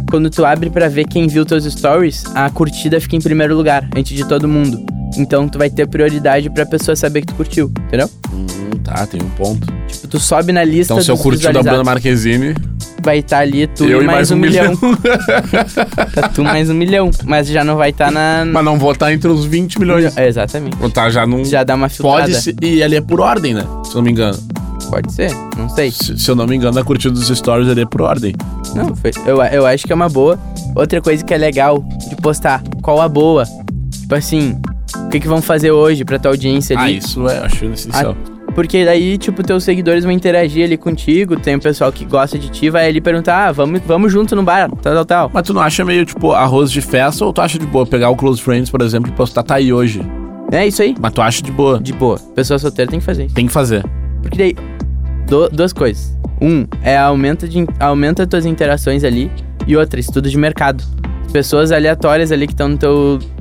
[SPEAKER 3] Quando tu abre pra ver quem viu teus stories, a curtida fica em primeiro lugar, antes de todo mundo. Então tu vai ter prioridade pra pessoa saber que tu curtiu, entendeu?
[SPEAKER 2] Hum, tá, tem um ponto.
[SPEAKER 3] Tipo, tu sobe na lista
[SPEAKER 2] Então, se eu
[SPEAKER 3] dos
[SPEAKER 2] curti da Bruna
[SPEAKER 3] visualizados.
[SPEAKER 2] Marquezine,
[SPEAKER 3] vai estar ali tu
[SPEAKER 2] eu
[SPEAKER 3] e mais, um, milhão.
[SPEAKER 2] <laughs>
[SPEAKER 3] Tá tu mais um milhão. Mas já não vai estar na.
[SPEAKER 2] Mas não vou estar entre os 20 milhões.
[SPEAKER 3] É, exatamente.
[SPEAKER 2] Vou estar já num.
[SPEAKER 3] Já dá uma filtrada.
[SPEAKER 2] Pode ser. E ali é por ordem, né? Se eu não me engano.
[SPEAKER 3] Pode ser, não sei.
[SPEAKER 2] Se, se eu não me engano, a curtida dos stories ali é por ordem.
[SPEAKER 3] Não, foi- eu, eu acho que é uma boa. Outra coisa que é legal de postar, qual a boa? Tipo assim, o que, que vão fazer hoje pra tua audiência
[SPEAKER 2] Ah,
[SPEAKER 3] ali?
[SPEAKER 2] isso é, acho essencial.
[SPEAKER 3] Ah. Porque daí, tipo, teus seguidores vão interagir ali contigo, tem o pessoal que gosta de ti, vai ali perguntar, ah, vamos, vamos junto no bar, tal, tal, tal.
[SPEAKER 2] Mas tu não acha meio, tipo, arroz de festa ou tu acha de boa pegar o Close Friends, por exemplo, e postar tá aí hoje?
[SPEAKER 3] É isso aí.
[SPEAKER 2] Mas tu acha de boa.
[SPEAKER 3] De boa. Pessoa solteira tem que fazer isso.
[SPEAKER 2] Tem que fazer.
[SPEAKER 3] Porque daí, du- duas coisas. Um, é aumenta, de, aumenta tuas interações ali. E outra, estudo de mercado. As pessoas aleatórias ali que estão na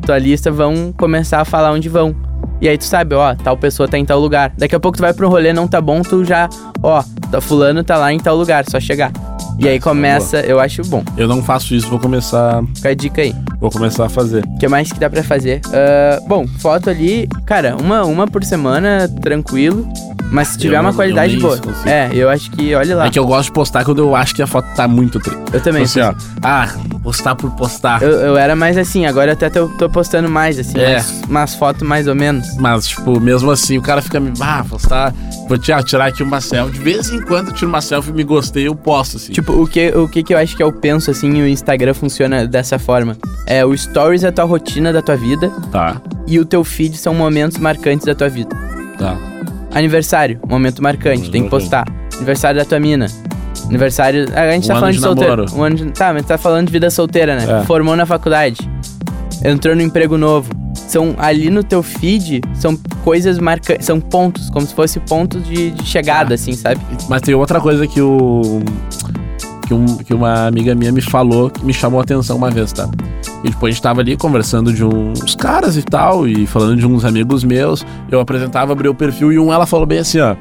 [SPEAKER 3] tua lista vão começar a falar onde vão. E aí tu sabe, ó, tal pessoa tá em tal lugar. Daqui a pouco tu vai pra um rolê, não tá bom, tu já, ó, tá- fulano tá lá em tal lugar, só chegar. E
[SPEAKER 2] é
[SPEAKER 3] aí começa, eu acho bom.
[SPEAKER 2] Eu não faço isso, vou começar.
[SPEAKER 3] Fica a dica aí.
[SPEAKER 2] Vou começar a fazer.
[SPEAKER 3] O que mais que dá pra fazer? Ah, bom, foto ali, cara, uma, uma por semana, tranquilo. Mas se
[SPEAKER 2] Eu
[SPEAKER 3] tiver
[SPEAKER 2] não-
[SPEAKER 3] uma
[SPEAKER 2] eu
[SPEAKER 3] qualidade
[SPEAKER 2] nem
[SPEAKER 3] boa.
[SPEAKER 2] isso consigo.
[SPEAKER 3] É, eu acho que, olha lá.
[SPEAKER 2] É que eu gosto de postar quando eu acho que a foto tá muito tri.
[SPEAKER 3] Eu também.
[SPEAKER 2] assim, ó. Ah, postar por postar.
[SPEAKER 3] Eu, eu era mais assim, agora eu até tô, tô postando mais, assim,
[SPEAKER 2] É.
[SPEAKER 3] umas, umas fotos mais ou menos.
[SPEAKER 2] Mas, tipo, mesmo assim, o cara fica me. Ah, postar. Vou tirar, tirar aqui uma selfie. De vez em quando eu tiro uma selfie e me gostei, eu posto, assim.
[SPEAKER 3] Tipo, o que, o que que eu acho que eu penso, assim, o Instagram funciona dessa forma. É, o stories é a tua rotina da tua vida
[SPEAKER 2] tá,
[SPEAKER 3] e o teu feed são momentos marcantes da tua vida.
[SPEAKER 2] tá.
[SPEAKER 3] Aniversário, momento marcante,
[SPEAKER 2] Hum,
[SPEAKER 3] tem que
[SPEAKER 2] ok.
[SPEAKER 3] postar. Aniversário da tua mina. Aniversário. A
[SPEAKER 2] Um
[SPEAKER 3] gente tá
[SPEAKER 2] ano
[SPEAKER 3] falando
[SPEAKER 2] de
[SPEAKER 3] de solteiro.
[SPEAKER 2] namoro.
[SPEAKER 3] Um ano de... Tá, mas tá falando de vida solteira, né?
[SPEAKER 2] É.
[SPEAKER 3] Formou na faculdade. Entrou no emprego novo. São ali no teu feed, são coisas marcantes. São pontos, como se fosse pontos de, de chegada, assim, sabe?
[SPEAKER 2] Mas tem outra coisa que o. Que, um- que uma amiga minha me falou, que me chamou a atenção uma vez, tá? E depois a gente tava ali conversando de uns caras e tal, e falando de uns amigos meus. Eu apresentava, abri o perfil e um ela falou bem assim, ó.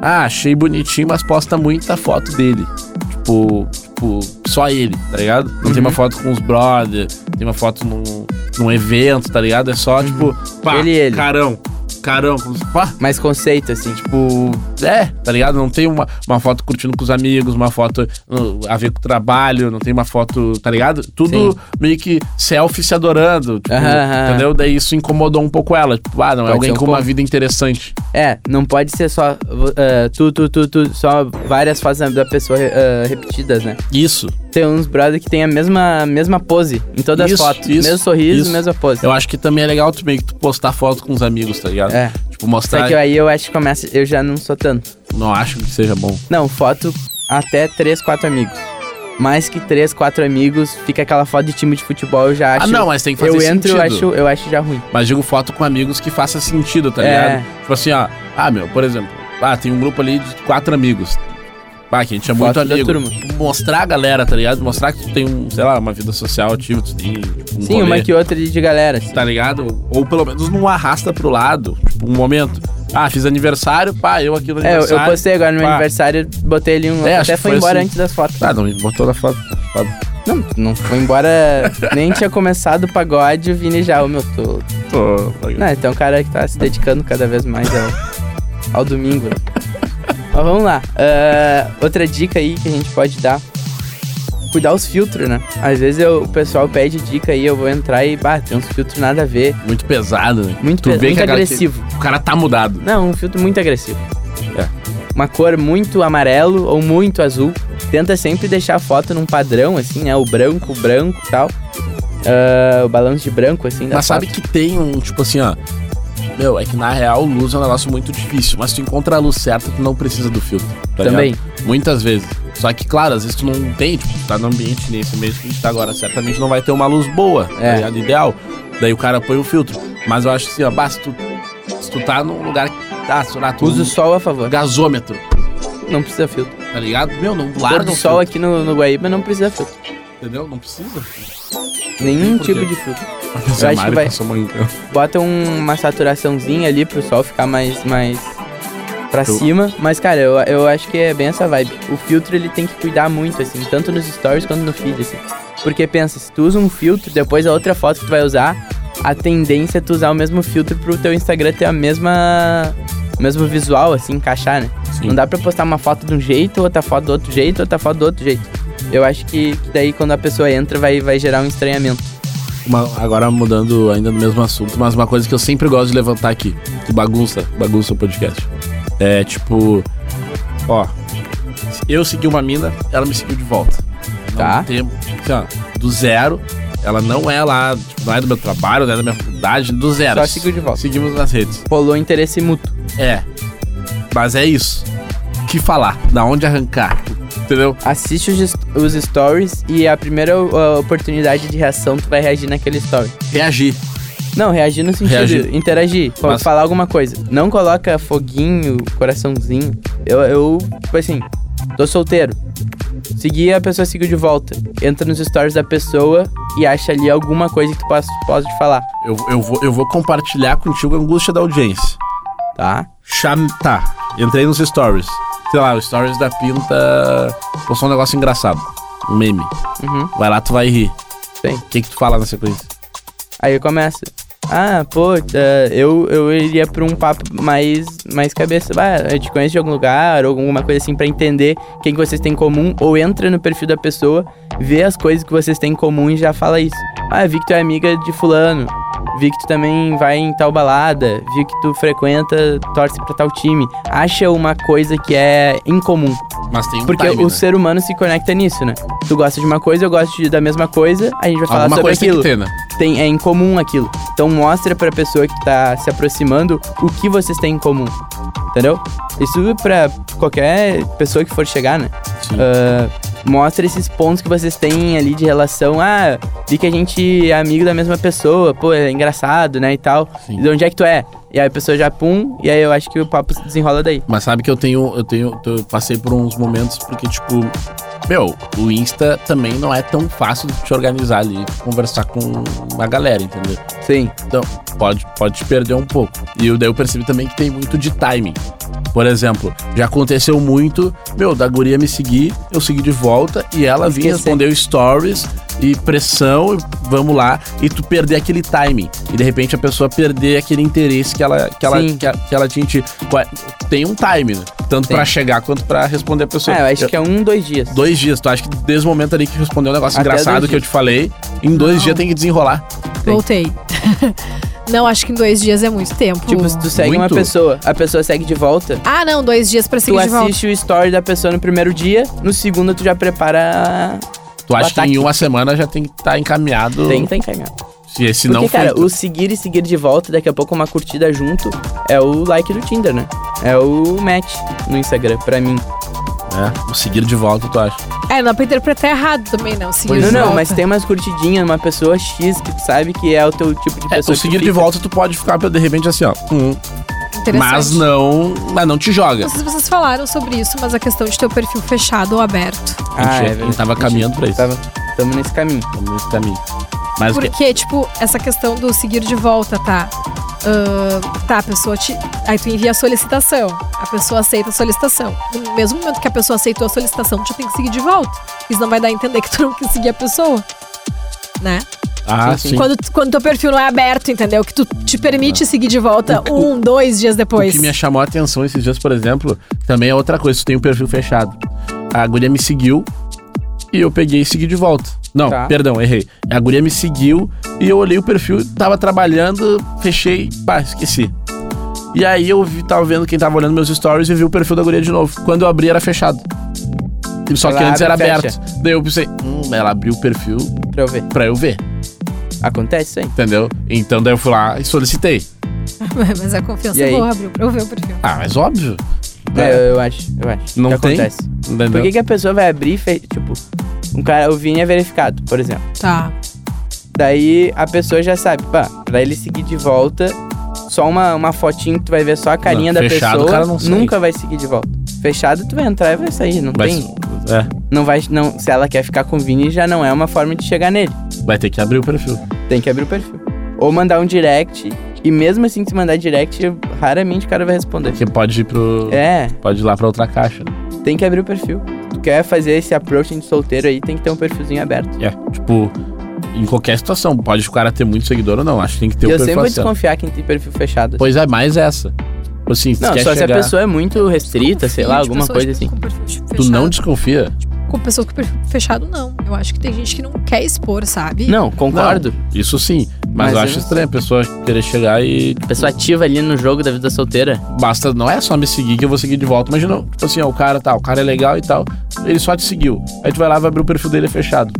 [SPEAKER 2] Ah, achei bonitinho, mas posta muita foto dele. Tipo, tipo só ele, tá ligado? Não tem
[SPEAKER 3] Uhum.
[SPEAKER 2] uma foto com os brother, tem uma foto num, num evento, tá ligado? É só, tipo, pá,
[SPEAKER 3] Uhum. Ele e ele.
[SPEAKER 2] carão, carão, como se- pá,
[SPEAKER 3] Mais conceito, assim. Tipo,
[SPEAKER 2] Tipo, é, tá ligado? Não tem uma, uma foto curtindo com os amigos, uma foto uh, a ver com o trabalho, não tem uma foto, tá ligado? Tudo
[SPEAKER 3] Sim.
[SPEAKER 2] meio que selfie se adorando, tipo,
[SPEAKER 3] Aham, aham.
[SPEAKER 2] entendeu? Daí isso incomodou um pouco ela. Tipo, ah, não, é
[SPEAKER 3] Pode
[SPEAKER 2] alguém
[SPEAKER 3] ser um
[SPEAKER 2] com uma
[SPEAKER 3] ponto.
[SPEAKER 2] vida interessante.
[SPEAKER 3] é, não pode ser só ah, tu, tu, tu, tu, só várias fotos da- da pessoa ah, repetidas, né?
[SPEAKER 2] Isso.
[SPEAKER 3] Tem uns brother que tem a mesma, mesma pose em todas
[SPEAKER 2] Isso,
[SPEAKER 3] as fotos.
[SPEAKER 2] isso,
[SPEAKER 3] mesmo sorriso,
[SPEAKER 2] isso.
[SPEAKER 3] mesma pose.
[SPEAKER 2] Eu acho que também é legal tu meio que tu postar foto com os amigos, tá ligado?
[SPEAKER 3] É.
[SPEAKER 2] Tipo,
[SPEAKER 3] Só
[SPEAKER 2] mostrar.
[SPEAKER 3] que aí eu acho que começa. Eu já não sou tanto.
[SPEAKER 2] Não acho que seja bom.
[SPEAKER 3] Não, foto até 3, 4 amigos. Mais que 3, 4 amigos, fica aquela foto de time de futebol, eu já acho.
[SPEAKER 2] ah, não, mas tem que fazer
[SPEAKER 3] eu entro, eu
[SPEAKER 2] sentido.
[SPEAKER 3] acho, eu acho já ruim.
[SPEAKER 2] Mas digo foto com amigos que faça sentido, tá
[SPEAKER 3] É.
[SPEAKER 2] ligado? Tipo assim, ó. Ah, meu, por exemplo. Ah, tem um grupo ali de quatro amigos. Ah, que a gente é muito
[SPEAKER 3] Foto da
[SPEAKER 2] amigo.
[SPEAKER 3] turma.
[SPEAKER 2] Mostrar a galera, tá ligado? Mostrar que tu tem, um, sei lá, uma vida social ativa, tu tem tipo, um
[SPEAKER 3] Sim,
[SPEAKER 2] rolê,
[SPEAKER 3] uma que outra de de galera. assim.
[SPEAKER 2] Tá ligado? Ou pelo menos não arrasta pro lado, tipo, um momento. Ah, fiz aniversário, pá, eu aqui no
[SPEAKER 3] É, eu,
[SPEAKER 2] aniversário.
[SPEAKER 3] eu postei agora no meu
[SPEAKER 2] pá.
[SPEAKER 3] aniversário, botei ali um.
[SPEAKER 2] É, acho
[SPEAKER 3] até
[SPEAKER 2] que
[SPEAKER 3] foi
[SPEAKER 2] foi
[SPEAKER 3] embora
[SPEAKER 2] assim.
[SPEAKER 3] antes das fotos.
[SPEAKER 2] Ah, não, botou na foto. foto.
[SPEAKER 3] Não, não foi embora. nem tinha começado o pagode, o Vini já, o meu tô.
[SPEAKER 2] Tô-
[SPEAKER 3] Não, então é um cara que tá se dedicando cada vez mais ao, ao domingo. né? Mas vamos lá. Ah, outra dica aí que a gente pode dar. Cuidar os filtros, né? Às vezes eu- o pessoal pede dica aí, eu vou entrar e, bah, tem uns filtros nada a ver.
[SPEAKER 2] Muito pesado, né?
[SPEAKER 3] Muito,
[SPEAKER 2] Tu
[SPEAKER 3] pe-
[SPEAKER 2] vê
[SPEAKER 3] muito
[SPEAKER 2] que a galera-
[SPEAKER 3] agressivo.
[SPEAKER 2] O cara tá mudado.
[SPEAKER 3] Não, um filtro muito agressivo.
[SPEAKER 2] É.
[SPEAKER 3] Uma cor muito amarelo ou muito azul. Tenta sempre deixar a foto num padrão, assim, né? O branco, o branco e tal. Ah, o balanço de branco, assim, da
[SPEAKER 2] Mas sabe
[SPEAKER 3] foto.
[SPEAKER 2] que tem um, tipo assim, ó. Meu, é que na real luz é um negócio muito difícil, mas tu encontra a luz certa, tu não precisa do filtro. tá
[SPEAKER 3] Também.
[SPEAKER 2] ligado? Muitas vezes. Só que, claro, às vezes tu não tem, tipo, tu tá no ambiente nesse mesmo que a gente tá agora, certamente não vai ter uma luz boa,
[SPEAKER 3] É.
[SPEAKER 2] tá ligado? Ideal. Daí o cara põe o filtro. Mas eu acho assim, ó, bah, se tu, se tu tá num lugar que tá, sei lá, tu
[SPEAKER 3] Usa o sol a
[SPEAKER 2] um
[SPEAKER 3] favor.
[SPEAKER 2] gasômetro,
[SPEAKER 3] Não precisa filtro.
[SPEAKER 2] tá ligado? Meu, não
[SPEAKER 3] Pôr
[SPEAKER 2] larga
[SPEAKER 3] do
[SPEAKER 2] o
[SPEAKER 3] sol
[SPEAKER 2] sol,
[SPEAKER 3] aqui no, no Guaíba não precisa filtro.
[SPEAKER 2] entendeu? Não precisa.
[SPEAKER 3] Nenhum
[SPEAKER 2] Por quê?
[SPEAKER 3] tipo de filtro.
[SPEAKER 2] Mas a
[SPEAKER 3] acho
[SPEAKER 2] Mari
[SPEAKER 3] que
[SPEAKER 2] tá
[SPEAKER 3] vai-
[SPEAKER 2] passou uma-
[SPEAKER 3] Bota um- uma saturaçãozinha ali pro sol ficar mais, mais pra
[SPEAKER 2] Eu-
[SPEAKER 3] cima. Mas, cara, eu, eu acho que é bem essa vibe. O filtro ele tem que cuidar muito, assim, tanto nos stories quanto no feed, assim. Porque pensa, se tu usa um filtro, depois a outra foto que tu vai usar, a tendência é tu usar o mesmo filtro pro teu Instagram ter a mesma. O mesmo visual, assim, encaixar, né?
[SPEAKER 2] Sim.
[SPEAKER 3] Não dá pra postar uma foto de um jeito, outra foto do outro jeito, outra foto do outro jeito. Eu acho que, que daí quando a pessoa entra vai, vai gerar um estranhamento.
[SPEAKER 2] Uma- agora mudando ainda no mesmo assunto, mas uma coisa que eu sempre gosto de levantar aqui, que bagunça, bagunça o podcast. É tipo, ó, eu segui uma mina, ela me seguiu de volta. Não
[SPEAKER 3] Tá.
[SPEAKER 2] tem- assim, ó, do zero Ela não é lá, tipo, não é do meu trabalho, não é da minha faculdade, do zero.
[SPEAKER 3] Só sigo de volta.
[SPEAKER 2] Seguimos nas redes.
[SPEAKER 3] Rolou interesse mútuo.
[SPEAKER 2] É. Mas é isso. O que falar? Da onde arrancar? Entendeu?
[SPEAKER 3] Assiste os, his- os stories e a primeira uh, oportunidade de reação tu vai reagir naquele story.
[SPEAKER 2] Reagir.
[SPEAKER 3] Não, reagir no sentido,
[SPEAKER 2] Reagir.
[SPEAKER 3] interagir, fa-
[SPEAKER 2] Mas-
[SPEAKER 3] falar alguma coisa. Não coloca foguinho, coraçãozinho. Eu, eu, tipo assim, tô solteiro. Seguir a pessoa seguiu de volta. Entra nos stories da pessoa e acha ali alguma coisa que tu possa, possa te falar,
[SPEAKER 2] Eu, eu, vou, eu vou compartilhar contigo a angústia da audiência.
[SPEAKER 3] tá?
[SPEAKER 2] Cham... Tá. Entrei nos stories. Sei lá, os stories da Pinta postou um negócio engraçado. Um meme.
[SPEAKER 3] Uhum.
[SPEAKER 2] Vai lá, tu vai rir.
[SPEAKER 3] Sim.
[SPEAKER 2] O que que tu fala na sequência?
[SPEAKER 3] Aí começa. Ah, pô, eh, eu, eu iria pra um papo mais, mais cabeça. Ah, eu te conheço de algum lugar, ou alguma coisa assim, pra entender quem que vocês têm em comum. Ou entra no perfil da pessoa, vê as coisas que vocês têm em comum e já fala isso. Ah, vi que tu é amiga de fulano. Vi que tu também vai em tal balada. Vi que tu frequenta, torce pra tal time. Acha uma coisa que é incomum.
[SPEAKER 2] Mas tem um
[SPEAKER 3] Porque
[SPEAKER 2] time,
[SPEAKER 3] o
[SPEAKER 2] né?
[SPEAKER 3] ser humano se conecta nisso, né? Tu gosta de uma coisa, eu gosto de- da mesma coisa, a gente vai falar
[SPEAKER 2] Alguma
[SPEAKER 3] sobre
[SPEAKER 2] coisa
[SPEAKER 3] aquilo
[SPEAKER 2] tem que ter, né?
[SPEAKER 3] tem, é incomum aquilo. Então mostra pra pessoa que tá se aproximando o que vocês têm em comum. Entendeu? Isso pra qualquer pessoa que for chegar, né?
[SPEAKER 2] Sim.
[SPEAKER 3] Ah, mostra esses pontos que vocês têm ali de relação. Ah, vi que a gente é amigo da mesma pessoa, pô, é engraçado, né? E tal.
[SPEAKER 2] Sim.
[SPEAKER 3] De onde é que tu é? E aí a pessoa já pum, e aí eu acho que o papo se desenrola daí.
[SPEAKER 2] Mas sabe que eu tenho, eu tenho, eu passei por uns momentos porque, tipo, meu, o Insta também não é tão fácil de te organizar ali, conversar com uma galera, entendeu?
[SPEAKER 3] Sim.
[SPEAKER 2] Então, pode, pode te perder um pouco. E eu, daí eu percebi também que tem muito de timing. Por exemplo, já aconteceu muito, meu, da guria me seguir, eu segui de volta e ela vinha
[SPEAKER 3] Esquecer.
[SPEAKER 2] responder stories e pressão, e vamos lá, e tu perder aquele timing. E de repente a pessoa perder aquele interesse que ela, que ela,
[SPEAKER 3] Sim.
[SPEAKER 2] que, a- que ela tinha. em ti. Ué, Tem um time, né? Tanto
[SPEAKER 3] Tem.
[SPEAKER 2] pra chegar quanto pra responder a pessoa.
[SPEAKER 3] Ah, eu acho que é um, dois dias.
[SPEAKER 2] Dois dias, tu acha que desde o momento ali que respondeu um negócio
[SPEAKER 3] Até
[SPEAKER 2] engraçado
[SPEAKER 3] dois
[SPEAKER 2] que eu te falei, em dois dias tem que desenrolar.
[SPEAKER 3] Tem.
[SPEAKER 4] Voltei. <laughs> não, acho que em dois dias é muito tempo.
[SPEAKER 3] Tipo, se tu segue uma
[SPEAKER 2] Muito.
[SPEAKER 3] pessoa, a pessoa segue de volta,
[SPEAKER 4] Ah, não, dois dias pra seguir
[SPEAKER 3] tu
[SPEAKER 4] de volta.
[SPEAKER 3] assiste o story da pessoa no primeiro dia, no segundo tu já prepara.
[SPEAKER 2] Tu acha
[SPEAKER 3] O
[SPEAKER 2] que em
[SPEAKER 3] ataque.
[SPEAKER 2] uma semana já tem que estar encaminhado.
[SPEAKER 3] tá Tem, tem caminhado.
[SPEAKER 2] Se, se
[SPEAKER 3] Porque,
[SPEAKER 2] não
[SPEAKER 3] cara,
[SPEAKER 2] foi.
[SPEAKER 3] o seguir e seguir de volta, daqui a pouco uma curtida junto, é o like do Tinder, né? É o match no Instagram, pra mim.
[SPEAKER 2] É, o seguir de volta, tu acha?
[SPEAKER 4] É, não dá pra interpretar errado também, não. é Seguir
[SPEAKER 2] Pois
[SPEAKER 4] de
[SPEAKER 3] não, não,
[SPEAKER 4] volta.
[SPEAKER 3] mas tem umas curtidinhas, uma pessoa X que tu sabe que é o teu tipo de
[SPEAKER 2] É,
[SPEAKER 3] pessoa.
[SPEAKER 2] o
[SPEAKER 3] que
[SPEAKER 2] seguir de
[SPEAKER 3] fica.
[SPEAKER 2] volta, tu pode ficar de repente assim, ó. hum,
[SPEAKER 4] Interessante.
[SPEAKER 2] mas não. Mas não te joga.
[SPEAKER 4] Não sei se vocês falaram sobre isso, mas a questão de ter o perfil fechado ou aberto.
[SPEAKER 3] Ah,
[SPEAKER 2] Mentira,
[SPEAKER 3] é
[SPEAKER 2] ele
[SPEAKER 3] verdade.
[SPEAKER 2] tava caminhando pra isso.
[SPEAKER 3] Tava, tamo nesse caminho.
[SPEAKER 2] Vamos nesse caminho. é Mas o que-
[SPEAKER 4] Porque, tipo, essa questão do seguir de volta, tá? Ahn, tá, a pessoa te. Aí tu envia a solicitação. A pessoa aceita a solicitação. No mesmo momento que a pessoa aceitou a solicitação, tu já tem que seguir de volta. Isso não vai dar a entender que tu não quis seguir a pessoa. Né?
[SPEAKER 2] Ah, sim.
[SPEAKER 3] sim,
[SPEAKER 2] É.
[SPEAKER 3] sim.
[SPEAKER 4] Quando, tu- quando teu perfil não é aberto, entendeu? Que tu te permite seguir de volta um, dois dias
[SPEAKER 2] O
[SPEAKER 4] depois.
[SPEAKER 2] que
[SPEAKER 4] <laughs>
[SPEAKER 2] me chamou a atenção esses dias, por exemplo, também é outra coisa. Tu tem o perfil fechado. A guria me seguiu e eu peguei e segui de volta. Não,
[SPEAKER 3] Tá.
[SPEAKER 2] perdão, errei. A guria me seguiu e eu olhei o perfil, tava trabalhando, fechei, pá, esqueci. E aí eu vi, tava vendo quem tava olhando meus stories e vi o perfil da guria de novo. Quando eu abri, era fechado. E Só
[SPEAKER 3] Ela
[SPEAKER 2] que antes era
[SPEAKER 3] abre e
[SPEAKER 2] aberto. Daí eu pensei, hum, ela abriu o perfil
[SPEAKER 3] Pra eu ver.
[SPEAKER 2] pra eu ver,
[SPEAKER 3] Acontece isso aí.
[SPEAKER 2] entendeu? Então daí eu fui lá e solicitei.
[SPEAKER 4] mas a confiança
[SPEAKER 3] E
[SPEAKER 4] é
[SPEAKER 3] aí?
[SPEAKER 4] boa abriu pra eu ver o perfil.
[SPEAKER 2] Ah, mas óbvio.
[SPEAKER 3] É, eu, eu acho, eu acho.
[SPEAKER 2] Não
[SPEAKER 3] que
[SPEAKER 2] tem?
[SPEAKER 3] acontece.
[SPEAKER 2] Entendeu?
[SPEAKER 3] Por que, que a pessoa vai abrir e fe... Tipo, um cara, o Vini é verificado, por exemplo.
[SPEAKER 4] Tá.
[SPEAKER 3] Daí a pessoa já sabe, pá, pra ele seguir de volta, só uma, uma fotinho que tu vai ver só a carinha
[SPEAKER 2] Não,
[SPEAKER 3] da
[SPEAKER 2] fechado,
[SPEAKER 3] pessoa,
[SPEAKER 2] o cara não sai.
[SPEAKER 3] nunca vai seguir de volta. Fechado, tu vai entrar e vai sair, não
[SPEAKER 2] Vai-
[SPEAKER 3] tem.
[SPEAKER 2] é.
[SPEAKER 3] Não vai, não, se ela quer ficar com o Vini, já não é uma forma de chegar nele.
[SPEAKER 2] Vai ter que abrir o perfil.
[SPEAKER 3] Tem que abrir o perfil. Ou mandar um direct, e mesmo assim, se mandar direct, raramente o cara vai responder.
[SPEAKER 2] Porque pode ir pro.
[SPEAKER 3] É,
[SPEAKER 2] Pode ir lá pra outra caixa. né?
[SPEAKER 3] tem que abrir o perfil. Tu quer fazer esse approaching de solteiro aí, tem que ter um perfilzinho aberto.
[SPEAKER 2] É. Tipo, em qualquer situação. Pode o cara ter muito seguidor ou não. Acho que tem que ter
[SPEAKER 3] E
[SPEAKER 2] o
[SPEAKER 3] eu sempre
[SPEAKER 2] perfil
[SPEAKER 3] vou
[SPEAKER 2] acerto.
[SPEAKER 3] desconfiar quem tem perfil fechado. assim.
[SPEAKER 2] Pois é, mais essa. Tipo Assim, se
[SPEAKER 3] Não,
[SPEAKER 2] quer
[SPEAKER 3] só se a
[SPEAKER 2] chegar-
[SPEAKER 3] pessoa é muito restrita, sei lá,
[SPEAKER 4] Confio de
[SPEAKER 3] alguma
[SPEAKER 4] pessoas
[SPEAKER 3] coisa assim.
[SPEAKER 4] com perfil fechado.
[SPEAKER 2] Tu não desconfia? Tipo,
[SPEAKER 4] com pessoa com perfil fechado, não. Eu acho que tem gente que não quer expor, sabe?
[SPEAKER 3] Não, concordo.
[SPEAKER 2] Isso sim. Mas,
[SPEAKER 3] Mas é
[SPEAKER 2] eu
[SPEAKER 3] eu
[SPEAKER 2] acho
[SPEAKER 3] não
[SPEAKER 2] estranho a pessoa querer chegar e. tipo,
[SPEAKER 3] Pessoa ativa ali no jogo da vida solteira.
[SPEAKER 2] Basta, não é só me seguir que eu vou seguir de volta. Imagina, tipo assim, ó, o cara tá, o cara é legal e tal. Ele só te seguiu. Aí tu vai lá, vai abrir o perfil dele é fechado.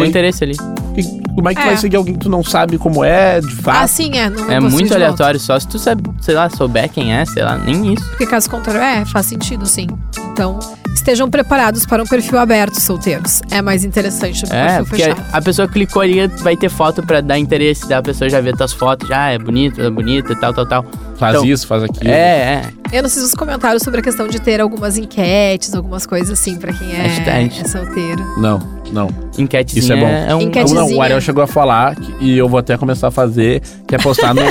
[SPEAKER 2] E
[SPEAKER 3] o
[SPEAKER 2] aí?
[SPEAKER 3] interesse ali.
[SPEAKER 2] O que- Como é que tu
[SPEAKER 4] É.
[SPEAKER 2] vai seguir alguém que tu não sabe como é, de
[SPEAKER 4] Ah,
[SPEAKER 2] fato?
[SPEAKER 4] sim, é. Não
[SPEAKER 3] É
[SPEAKER 4] não consigo
[SPEAKER 3] muito
[SPEAKER 4] de volta.
[SPEAKER 3] aleatório, só se tu sabe, sei lá, souber quem é, sei lá, nem isso.
[SPEAKER 4] Porque caso contrário, é, faz sentido, sim. Então, estejam preparados para um perfil aberto, solteiros. É mais interessante do
[SPEAKER 2] Tá
[SPEAKER 4] que um
[SPEAKER 3] É,
[SPEAKER 4] perfil
[SPEAKER 3] porque
[SPEAKER 4] fechado.
[SPEAKER 3] a pessoa clicou ali, vai ter foto pra dar interesse, daí a pessoa já vê tuas fotos, já é bonita, é bonita e tal, tal, tal.
[SPEAKER 2] Faz
[SPEAKER 3] Então,
[SPEAKER 2] isso, faz aquilo.
[SPEAKER 3] É, é.
[SPEAKER 4] Eu não sei os comentários sobre a questão de ter algumas enquetes, algumas coisas assim, pra quem é,
[SPEAKER 3] Hashtag.
[SPEAKER 4] é solteiro.
[SPEAKER 2] Não, não.
[SPEAKER 3] Enquetezinha
[SPEAKER 2] Isso é bom.
[SPEAKER 3] um,
[SPEAKER 4] Enquete-
[SPEAKER 2] Não, o
[SPEAKER 4] Enquetezinha.
[SPEAKER 2] Ariel chegou a falar, que- e eu vou até começar a fazer, que é postar
[SPEAKER 3] <laughs>
[SPEAKER 2] no,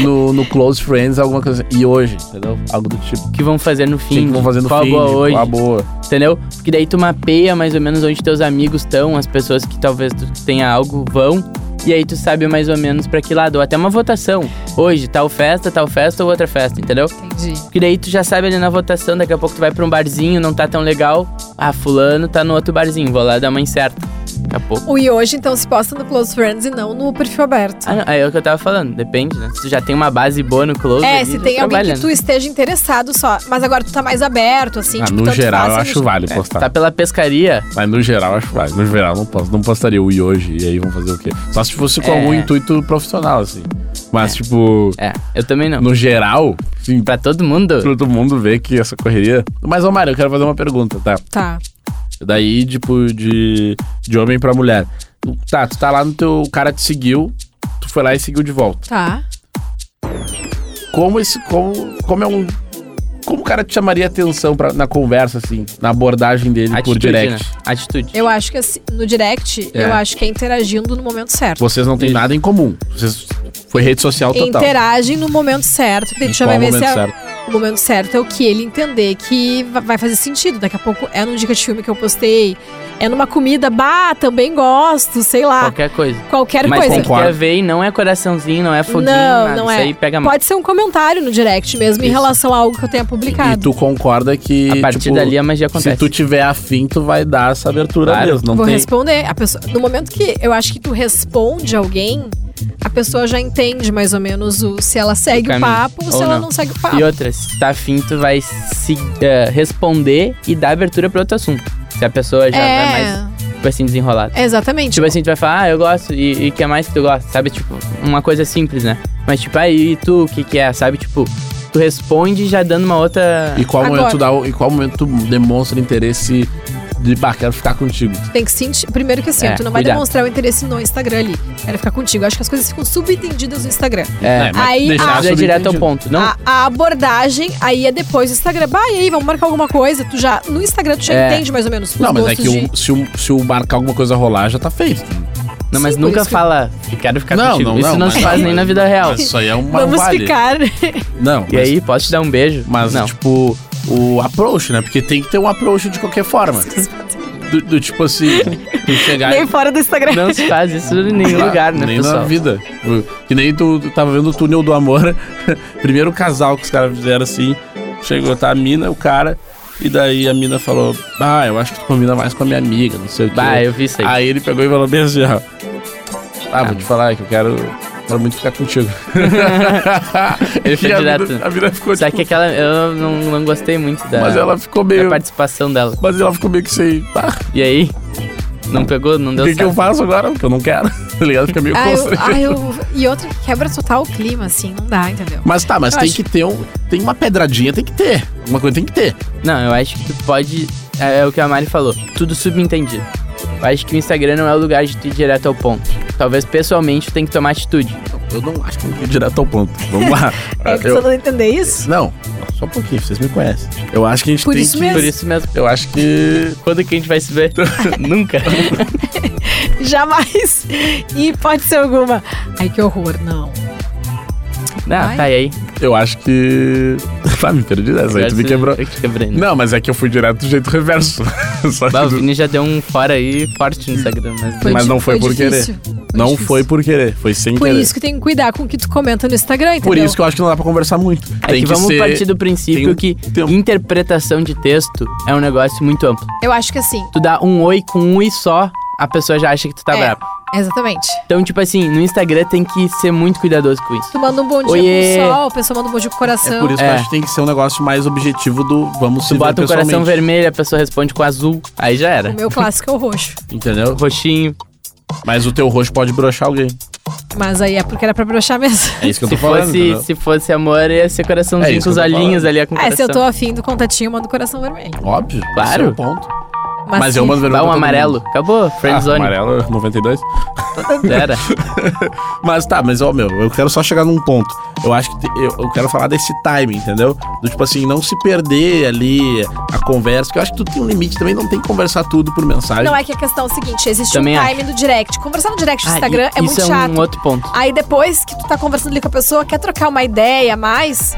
[SPEAKER 2] no, no Close Friends alguma coisa. assim. E hoje, entendeu? Algo do tipo.
[SPEAKER 3] que vão fazer no
[SPEAKER 2] Sim,
[SPEAKER 3] fim.
[SPEAKER 2] que vão fazer no
[SPEAKER 3] qual a
[SPEAKER 2] fim,
[SPEAKER 3] boa hoje,
[SPEAKER 2] a boa.
[SPEAKER 3] entendeu? Porque daí tu mapeia mais ou menos onde teus amigos estão, as pessoas que talvez tu tenha algo vão, e aí tu sabe mais ou menos pra que lado, ou até uma votação. Hoje, tal festa, tal festa ou outra festa, entendeu?
[SPEAKER 4] Entendi.
[SPEAKER 3] Porque daí tu já sabe ali na votação, daqui a pouco tu vai pra um barzinho, não tá tão legal. Ah, fulano tá no outro barzinho, vou lá dar uma incerta. Daqui a pouco.
[SPEAKER 4] O e hoje, então, se posta no Close Friends e não no perfil aberto.
[SPEAKER 3] Ah, não, aí é o que eu tava falando, depende, né? Se tu já tem uma base boa no close,
[SPEAKER 4] É,
[SPEAKER 3] ali,
[SPEAKER 4] se
[SPEAKER 3] já
[SPEAKER 4] tem alguém
[SPEAKER 3] trabalha,
[SPEAKER 4] que tu
[SPEAKER 3] né?
[SPEAKER 4] esteja interessado só. Mas agora tu tá mais aberto, assim,
[SPEAKER 2] Ah,
[SPEAKER 4] tipo,
[SPEAKER 2] no
[SPEAKER 4] tanto
[SPEAKER 2] geral,
[SPEAKER 4] faz,
[SPEAKER 2] eu
[SPEAKER 4] né,
[SPEAKER 2] acho
[SPEAKER 4] gente?
[SPEAKER 2] válido
[SPEAKER 3] É,
[SPEAKER 2] postar.
[SPEAKER 3] tá pela pescaria,
[SPEAKER 2] Mas no geral, acho válido. No geral, não, posso, não postaria o e hoje, e aí vão fazer o quê? Só se fosse com
[SPEAKER 3] É.
[SPEAKER 2] algum intuito profissional, assim. Mas, tipo,
[SPEAKER 3] é, eu também não.
[SPEAKER 2] no geral, assim, pra
[SPEAKER 3] Pra todo mundo.
[SPEAKER 2] todo mundo ver que essa correria. Mas, ô Mário, eu quero fazer uma pergunta, tá?
[SPEAKER 4] Tá.
[SPEAKER 2] Daí, tipo, de, de homem pra mulher. Tá, tu tá lá no teu. O cara te seguiu, tu foi lá e seguiu de volta.
[SPEAKER 4] Tá.
[SPEAKER 2] Como esse. Como, como é um. Como o cara te chamaria atenção pra, na conversa, assim, na abordagem dele por direct?
[SPEAKER 3] né? Atitude.
[SPEAKER 4] Eu acho que assim, no direct,
[SPEAKER 2] É.
[SPEAKER 4] eu acho que é interagindo no momento certo.
[SPEAKER 2] Vocês não têm
[SPEAKER 3] Isso.
[SPEAKER 2] nada em comum. Vocês, foi rede social total.
[SPEAKER 4] Interagem no momento certo.
[SPEAKER 2] Em
[SPEAKER 4] Deixa
[SPEAKER 2] qual
[SPEAKER 4] eu ver se
[SPEAKER 2] momento
[SPEAKER 4] é,
[SPEAKER 2] certo?
[SPEAKER 4] o momento certo é o que ele entender que va- vai fazer sentido. Daqui a pouco é num dica de filme que eu postei, é numa comida, bah, também gosto, sei lá,
[SPEAKER 3] Qualquer coisa.
[SPEAKER 4] qualquer
[SPEAKER 3] Mas
[SPEAKER 4] coisa.
[SPEAKER 3] tem que ter a ver e não é coraçãozinho, não é foguinho,
[SPEAKER 4] Não,
[SPEAKER 3] nada.
[SPEAKER 4] não
[SPEAKER 3] Isso
[SPEAKER 4] é.
[SPEAKER 3] aí pega mal.
[SPEAKER 4] Pode ser um comentário no direct mesmo em
[SPEAKER 2] Isso.
[SPEAKER 4] relação a algo que eu tenha
[SPEAKER 2] E
[SPEAKER 4] publicado.
[SPEAKER 2] tu concorda que.
[SPEAKER 3] A partir
[SPEAKER 2] tipo,
[SPEAKER 3] dali a magia acontece.
[SPEAKER 2] Se tu tiver afim, tu vai dar essa abertura
[SPEAKER 3] Claro.
[SPEAKER 2] mesmo. Não
[SPEAKER 4] Vou
[SPEAKER 2] tem.
[SPEAKER 4] responder. A pessoa, no momento que eu acho que tu responde alguém, a pessoa já entende mais ou menos o, se ela segue o,
[SPEAKER 3] caminho.
[SPEAKER 4] papo ou se
[SPEAKER 3] Ou
[SPEAKER 4] ela
[SPEAKER 3] não.
[SPEAKER 4] não segue o papo.
[SPEAKER 3] E outra, se tá afim, tu vai se, eh, responder e dar abertura pra outro assunto. Se a pessoa já
[SPEAKER 4] é,
[SPEAKER 3] vai mais, tipo assim, desenrolada.
[SPEAKER 4] exatamente.
[SPEAKER 3] Tipo assim, tu vai falar, ah, eu gosto, e o que mais que tu gosta? Sabe, tipo, uma coisa simples, né? Mas tipo, aí, e tu, o que que é? Sabe, tipo, tu responde já dando uma outra...
[SPEAKER 2] E qual,
[SPEAKER 4] Agora.
[SPEAKER 2] momento tu dá, o- em qual momento tu demonstra interesse de, bah, quero ficar contigo.
[SPEAKER 4] Tem que sentir. Primeiro que assim,
[SPEAKER 3] É,
[SPEAKER 4] tu não vai
[SPEAKER 3] cuidado.
[SPEAKER 4] demonstrar o interesse no Instagram ali. Quero ficar contigo. Acho que as coisas ficam subentendidas no Instagram.
[SPEAKER 2] É,
[SPEAKER 3] É,
[SPEAKER 2] mas
[SPEAKER 4] Aí,
[SPEAKER 2] deixar
[SPEAKER 4] ah,
[SPEAKER 3] mas é direto ao
[SPEAKER 2] subentendido.
[SPEAKER 3] ponto. Não,
[SPEAKER 4] A, a abordagem aí é depois do Instagram. Bah, e aí, vamos marcar alguma coisa. Tu já. No Instagram tu já
[SPEAKER 3] É.
[SPEAKER 4] entende mais ou menos. os
[SPEAKER 2] Não, mas é
[SPEAKER 4] gostos
[SPEAKER 2] que
[SPEAKER 4] de-
[SPEAKER 2] o- se, o, se o marcar alguma coisa rolar, já tá feito.
[SPEAKER 3] não, mas
[SPEAKER 4] sim, por
[SPEAKER 3] nunca
[SPEAKER 4] isso que-
[SPEAKER 3] fala, quero ficar contigo. Isso não, se
[SPEAKER 2] mas-
[SPEAKER 3] faz nem na vida real.
[SPEAKER 2] mas Isso aí é uma
[SPEAKER 4] Vamos
[SPEAKER 2] vale.
[SPEAKER 4] ficar. <laughs>
[SPEAKER 2] Não,
[SPEAKER 3] E
[SPEAKER 2] mas-
[SPEAKER 3] aí, posso te dar um beijo?
[SPEAKER 2] Mas,
[SPEAKER 3] não.
[SPEAKER 2] tipo, o approach, né? Porque tem que ter um approach de qualquer forma. Do, do tipo assim, tu chegar...
[SPEAKER 4] Nem fora do Instagram.
[SPEAKER 3] Não se faz isso em nenhum lugar, né,
[SPEAKER 2] Ah, Nem na
[SPEAKER 3] pessoal?
[SPEAKER 2] vida. Que nem tu, tu tava vendo o Túnel do Amor. <laughs> Primeiro casal que os caras fizeram assim. Chegou, tá a mina, o cara. E daí a mina falou: Ah, eu acho que tu combina mais com a minha amiga, não sei o quê.
[SPEAKER 3] Bah, eu vi isso aí.
[SPEAKER 2] Aí ele pegou e falou bem assim, ó. Ah, vou te falar que eu quero, quero muito ficar contigo.
[SPEAKER 3] <laughs> Ele foi
[SPEAKER 2] E a
[SPEAKER 3] direto.
[SPEAKER 2] mina- A mina ficou
[SPEAKER 3] Só que é tá
[SPEAKER 2] tipo,
[SPEAKER 3] aquela. Eu não, não gostei muito da,
[SPEAKER 2] Mas ela ficou
[SPEAKER 3] da
[SPEAKER 2] meio.
[SPEAKER 3] participação dela.
[SPEAKER 2] Mas ela ficou meio que sem. Ah,
[SPEAKER 3] E aí? Não pegou? Não
[SPEAKER 2] o
[SPEAKER 3] deu
[SPEAKER 2] que, que eu
[SPEAKER 3] certo.
[SPEAKER 2] faço agora? Porque eu não quero. <laughs> Tá ligado? Fica meio
[SPEAKER 4] Ah, eu,
[SPEAKER 2] constrangedor.
[SPEAKER 4] ah, eu- E outra que quebra total o clima, assim, não dá, entendeu?
[SPEAKER 2] Mas tá, mas
[SPEAKER 4] Eu
[SPEAKER 2] tem
[SPEAKER 4] acho-
[SPEAKER 2] que ter um. Tem uma pedradinha, tem que ter. Uma coisa tem que ter.
[SPEAKER 3] Não, eu acho que tu pode. É, é o que a Mari falou. Tudo subentendido. Eu acho que o Instagram não é o lugar de tu ir direto ao ponto. Talvez pessoalmente tu tenha que tomar atitude.
[SPEAKER 2] Eu não acho que tem que ir direto ao ponto. Vamos
[SPEAKER 4] <laughs>
[SPEAKER 2] lá.
[SPEAKER 4] É que
[SPEAKER 2] Eu-
[SPEAKER 4] você não entender
[SPEAKER 3] <laughs>
[SPEAKER 4] isso?
[SPEAKER 2] Não, só um pouquinho, vocês me conhecem. Eu acho que a gente
[SPEAKER 4] Por
[SPEAKER 2] tem
[SPEAKER 4] isso
[SPEAKER 2] que.
[SPEAKER 4] mesmo.
[SPEAKER 3] Por isso mesmo.
[SPEAKER 2] Eu acho que.
[SPEAKER 3] Quando que a gente vai se
[SPEAKER 2] <laughs>
[SPEAKER 3] ver? Nunca.
[SPEAKER 4] Jamais. E pode ser alguma. Ai, que horror, não.
[SPEAKER 3] Ah,
[SPEAKER 4] Vai.
[SPEAKER 3] tá, e aí?
[SPEAKER 2] Eu acho que. <laughs> Tá, me perdi dessa. Aí tu me quebrou.
[SPEAKER 3] Eu te quebrei. Né?
[SPEAKER 2] Não, mas é que eu fui direto do jeito reverso. <laughs> Só que
[SPEAKER 3] Bah, o Vini já deu um fora aí forte no Instagram. Mas...
[SPEAKER 2] Mas
[SPEAKER 4] di-
[SPEAKER 2] não foi por querer.
[SPEAKER 4] difícil,
[SPEAKER 2] não
[SPEAKER 4] difícil.
[SPEAKER 2] foi por querer, foi sem
[SPEAKER 4] Por
[SPEAKER 2] querer.
[SPEAKER 4] isso que tem que cuidar com o que tu comenta no Instagram, entendeu?
[SPEAKER 2] Por isso que eu acho que não dá pra conversar muito.
[SPEAKER 3] É que, vamos partir do princípio
[SPEAKER 2] tem um-
[SPEAKER 3] que
[SPEAKER 2] tem um-
[SPEAKER 3] interpretação de texto é um negócio muito amplo.
[SPEAKER 4] Eu acho que assim.
[SPEAKER 3] Tu dá um oi com um e só, a pessoa já acha que tu tá
[SPEAKER 4] É.
[SPEAKER 3] bravo.
[SPEAKER 4] Exatamente.
[SPEAKER 3] Então, tipo assim, no Instagram tem que ser muito cuidadoso com isso.
[SPEAKER 4] Tu manda um bom dia
[SPEAKER 3] Oiê.
[SPEAKER 4] pro sol, a pessoa manda um bom dia pro coração.
[SPEAKER 2] É por isso que
[SPEAKER 3] É.
[SPEAKER 2] eu acho que tem que ser um negócio mais objetivo do vamos se
[SPEAKER 3] Tu
[SPEAKER 2] ver
[SPEAKER 3] bota o coração
[SPEAKER 2] pessoalmente,
[SPEAKER 3] vermelho, a pessoa responde com azul, aí já
[SPEAKER 4] O
[SPEAKER 3] era.
[SPEAKER 4] meu clássico é o roxo.
[SPEAKER 2] Entendeu?
[SPEAKER 3] Roxinho.
[SPEAKER 2] Mas o teu rosto pode broxar alguém.
[SPEAKER 4] Mas aí é porque era pra broxar mesmo.
[SPEAKER 2] É isso que eu
[SPEAKER 3] Se
[SPEAKER 2] tô falando.
[SPEAKER 3] fosse,
[SPEAKER 2] entendeu?
[SPEAKER 3] se fosse amor, ia ser
[SPEAKER 2] É
[SPEAKER 3] coraçãozinho
[SPEAKER 2] isso
[SPEAKER 3] com os
[SPEAKER 2] que eu tô
[SPEAKER 3] olhinhos
[SPEAKER 2] falando.
[SPEAKER 3] ali, ó, com o
[SPEAKER 4] É, se
[SPEAKER 3] coração.
[SPEAKER 4] eu tô afim do contatinho, eu mando coração vermelho.
[SPEAKER 2] Óbvio.
[SPEAKER 3] Claro.
[SPEAKER 2] esse é o ponto.
[SPEAKER 4] Mas,
[SPEAKER 2] Mas eu
[SPEAKER 4] se-
[SPEAKER 2] mando vermelho.
[SPEAKER 3] Dá
[SPEAKER 2] pra
[SPEAKER 3] um
[SPEAKER 2] todo
[SPEAKER 3] amarelo.
[SPEAKER 2] mundo.
[SPEAKER 3] Acabou.
[SPEAKER 2] Ah,
[SPEAKER 3] Friendzone.
[SPEAKER 2] amarelo 92.
[SPEAKER 3] Era.
[SPEAKER 2] <laughs> Mas tá, mas ó, meu, eu quero só chegar num ponto. Eu acho que te- eu, eu quero falar desse time, entendeu? Do tipo assim, não se perder ali a conversa, que eu acho que tudo tem um limite também, não tem que conversar tudo por mensagem.
[SPEAKER 4] Não, é que a questão é o seguinte: existe
[SPEAKER 3] Também
[SPEAKER 4] um
[SPEAKER 3] acho.
[SPEAKER 4] time do direct. Conversar no direct do
[SPEAKER 3] Ah,
[SPEAKER 4] Instagram
[SPEAKER 3] e-
[SPEAKER 4] é muito
[SPEAKER 3] isso
[SPEAKER 4] chato.
[SPEAKER 3] um outro ponto.
[SPEAKER 4] Aí depois que tu tá conversando ali com a pessoa, quer trocar uma ideia a mais,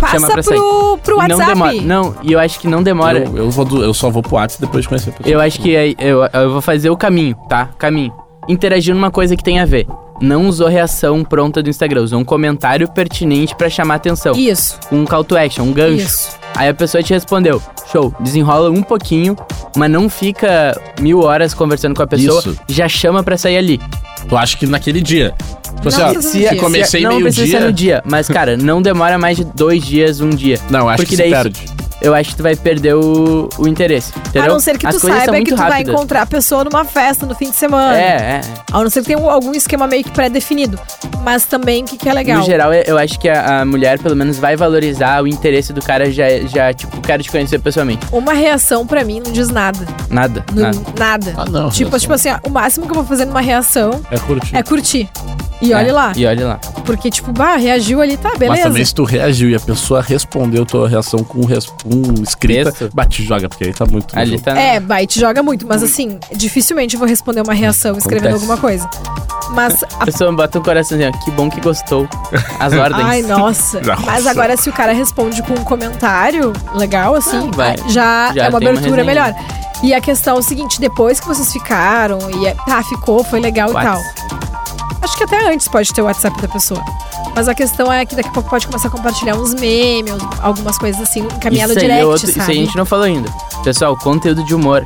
[SPEAKER 4] passa
[SPEAKER 3] Chama pra
[SPEAKER 4] pro, pro
[SPEAKER 3] não
[SPEAKER 4] WhatsApp.
[SPEAKER 3] demora. Não, e eu acho que não demora.
[SPEAKER 2] Eu, eu vou do- eu só vou pro WhatsApp depois de conhecer a pessoa.
[SPEAKER 3] Eu acho que aí- eu, eu vou fazer o caminho, tá? Caminho. Interagir numa coisa que tem a ver. Não usou reação pronta do Instagram, usou um comentário pertinente pra chamar atenção.
[SPEAKER 4] Isso,
[SPEAKER 3] Um call to action, um gancho.
[SPEAKER 4] isso.
[SPEAKER 3] Aí a pessoa te respondeu, show, desenrola um pouquinho, mas não fica mil horas conversando com a pessoa,
[SPEAKER 2] Isso.
[SPEAKER 3] já chama pra sair ali.
[SPEAKER 2] Tu acha que naquele dia. Tipo assim,
[SPEAKER 4] Não,
[SPEAKER 2] ó,
[SPEAKER 4] precisa
[SPEAKER 2] se
[SPEAKER 4] no
[SPEAKER 2] é-
[SPEAKER 4] dia.
[SPEAKER 2] comecei
[SPEAKER 3] não precisa ser
[SPEAKER 2] meio-dia.
[SPEAKER 3] no dia, mas cara, não demora mais de dois dias, um dia.
[SPEAKER 2] Não, acho que
[SPEAKER 3] Porque
[SPEAKER 2] se
[SPEAKER 3] daí-
[SPEAKER 2] perde.
[SPEAKER 3] Eu acho que tu vai perder o, o interesse, entendeu?
[SPEAKER 4] A não ser que
[SPEAKER 3] As
[SPEAKER 4] tu
[SPEAKER 3] coisas são
[SPEAKER 4] saiba que
[SPEAKER 3] muito
[SPEAKER 4] tu vai
[SPEAKER 3] rápidas.
[SPEAKER 4] encontrar a pessoa numa festa no fim de semana.
[SPEAKER 3] É, é.
[SPEAKER 4] A não ser que tenha um- algum esquema meio que pré-definido. Mas também o que, que é legal?
[SPEAKER 3] No geral, eu- eu acho que a, a mulher, pelo menos, vai valorizar o interesse do cara já, já tipo, quero te conhecer pessoalmente.
[SPEAKER 4] Uma reação pra mim não diz nada.
[SPEAKER 3] Nada,
[SPEAKER 4] Não-
[SPEAKER 3] nada.
[SPEAKER 4] Nada.
[SPEAKER 2] Ah, não.
[SPEAKER 4] Tipo,
[SPEAKER 2] reação.
[SPEAKER 4] tipo assim, ó, o máximo que eu vou fazer numa reação
[SPEAKER 2] É curtir.
[SPEAKER 4] é curtir. E
[SPEAKER 3] É,
[SPEAKER 4] olha lá.
[SPEAKER 3] E olha lá.
[SPEAKER 4] Porque, tipo, bah, reagiu ali, tá,
[SPEAKER 2] Mas
[SPEAKER 4] beleza.
[SPEAKER 2] também se tu reagiu e a pessoa respondeu tua reação com, res... com escrita,
[SPEAKER 3] Texto.
[SPEAKER 2] bate e joga, porque aí tá muito. no
[SPEAKER 3] Ali
[SPEAKER 2] jogo.
[SPEAKER 3] tá.
[SPEAKER 4] É, bite joga muito, mas assim, dificilmente eu vou responder uma reação escrevendo
[SPEAKER 2] Acontece.
[SPEAKER 4] alguma coisa. Mas.
[SPEAKER 3] A
[SPEAKER 4] a-
[SPEAKER 3] pessoa bota um coraçãozinho, ó, que bom que gostou.
[SPEAKER 4] <laughs>
[SPEAKER 3] As ordens. <laughs>
[SPEAKER 4] Ai, nossa.
[SPEAKER 2] Nossa.
[SPEAKER 4] Mas agora, se o cara responde com um comentário legal, assim,
[SPEAKER 3] Ah, vai.
[SPEAKER 4] já,
[SPEAKER 3] Já
[SPEAKER 4] é uma
[SPEAKER 3] tem uma
[SPEAKER 4] abertura
[SPEAKER 3] resenha.
[SPEAKER 4] melhor. E a questão é o seguinte: depois que vocês ficaram, e é, tá, ficou, foi legal e
[SPEAKER 3] Whats.
[SPEAKER 4] tal. Acho que até antes pode ter o WhatsApp da pessoa. Mas a questão é que daqui a pouco pode começar a compartilhar uns memes, algumas coisas assim, encaminhar no
[SPEAKER 3] Isso aí é
[SPEAKER 4] direct,
[SPEAKER 3] outro-
[SPEAKER 4] sabe?
[SPEAKER 3] Isso aí a gente não falou ainda. Pessoal, conteúdo de humor.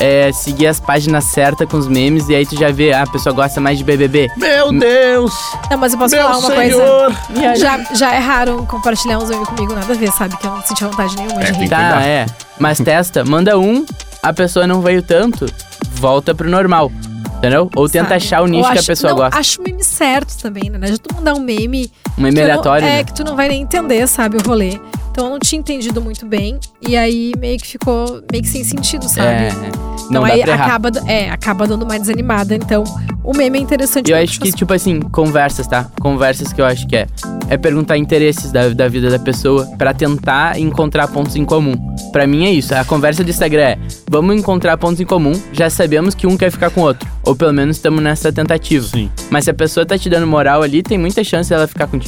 [SPEAKER 3] É seguir as páginas certas com os memes e aí tu já vê, ah, a pessoa gosta mais de BBB.
[SPEAKER 2] Meu Deus!
[SPEAKER 4] Não, mas eu posso
[SPEAKER 2] meu
[SPEAKER 4] falar uma coisa.
[SPEAKER 2] senhor!
[SPEAKER 4] Já, já erraram compartilhar uns memes comigo, nada a ver, sabe? Que eu não senti vontade nenhuma
[SPEAKER 2] É,
[SPEAKER 4] de
[SPEAKER 2] tem
[SPEAKER 4] rir.
[SPEAKER 2] que-
[SPEAKER 3] Tá,
[SPEAKER 2] cuidar.
[SPEAKER 3] é. Mas testa, manda um, a pessoa não veio tanto, volta pro normal. Entendeu? Ou tenta
[SPEAKER 4] sabe?
[SPEAKER 3] achar o nicho
[SPEAKER 4] Ou
[SPEAKER 3] que a
[SPEAKER 4] acho-
[SPEAKER 3] pessoa
[SPEAKER 4] não,
[SPEAKER 3] gosta.
[SPEAKER 4] acho o meme certo também, né? Já tu mandar um meme.
[SPEAKER 3] Um
[SPEAKER 4] que
[SPEAKER 3] meme
[SPEAKER 4] tu não-
[SPEAKER 3] aleatório,
[SPEAKER 4] É,
[SPEAKER 3] né?
[SPEAKER 4] que tu não vai nem entender, sabe? O rolê. Então eu não tinha entendido muito bem. E aí meio que ficou meio que sem sentido, sabe?
[SPEAKER 3] É, é.
[SPEAKER 4] então
[SPEAKER 3] Não dá
[SPEAKER 4] aí
[SPEAKER 3] pra errar.
[SPEAKER 4] acaba, do- é, acaba dando uma desanimada. Então o meme é interessante.
[SPEAKER 3] E eu
[SPEAKER 4] pra
[SPEAKER 3] acho que,
[SPEAKER 4] pessoa-
[SPEAKER 3] tipo assim, conversas, tá? Conversas que eu acho que é. É perguntar interesses da, da vida da pessoa pra tentar encontrar pontos em comum. Pra mim é isso. A conversa do Instagram é: vamos encontrar pontos em comum, já sabemos que um quer ficar com o outro. Ou pelo menos estamos nessa tentativa.
[SPEAKER 2] Sim,
[SPEAKER 3] Mas se a pessoa tá te dando moral ali, tem muita chance dela ficar contigo.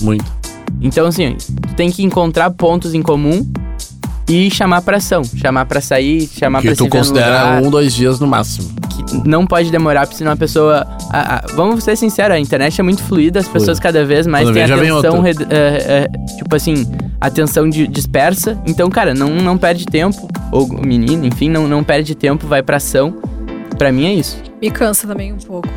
[SPEAKER 2] muito.
[SPEAKER 3] Então, assim, tu tem que encontrar pontos em comum e chamar pra ação. Chamar pra sair, chamar
[SPEAKER 2] que
[SPEAKER 3] pra
[SPEAKER 2] tu
[SPEAKER 3] se ver no
[SPEAKER 2] considera
[SPEAKER 3] lugar
[SPEAKER 2] um, dois dias no máximo.
[SPEAKER 3] que não pode demorar, porque senão a pessoa. a- a- vamos ser sinceros, a internet é muito fluida, as pessoas cada vez mais
[SPEAKER 2] Quando
[SPEAKER 3] têm
[SPEAKER 2] vem, já vem
[SPEAKER 3] atenção.
[SPEAKER 2] outro.
[SPEAKER 3] red- é, é, tipo assim, atenção di- dispersa. Então, cara, não, não perde tempo. Ou menino, enfim, não, não perde tempo, vai pra ação. Pra mim é isso.
[SPEAKER 4] Me cansa também um pouco.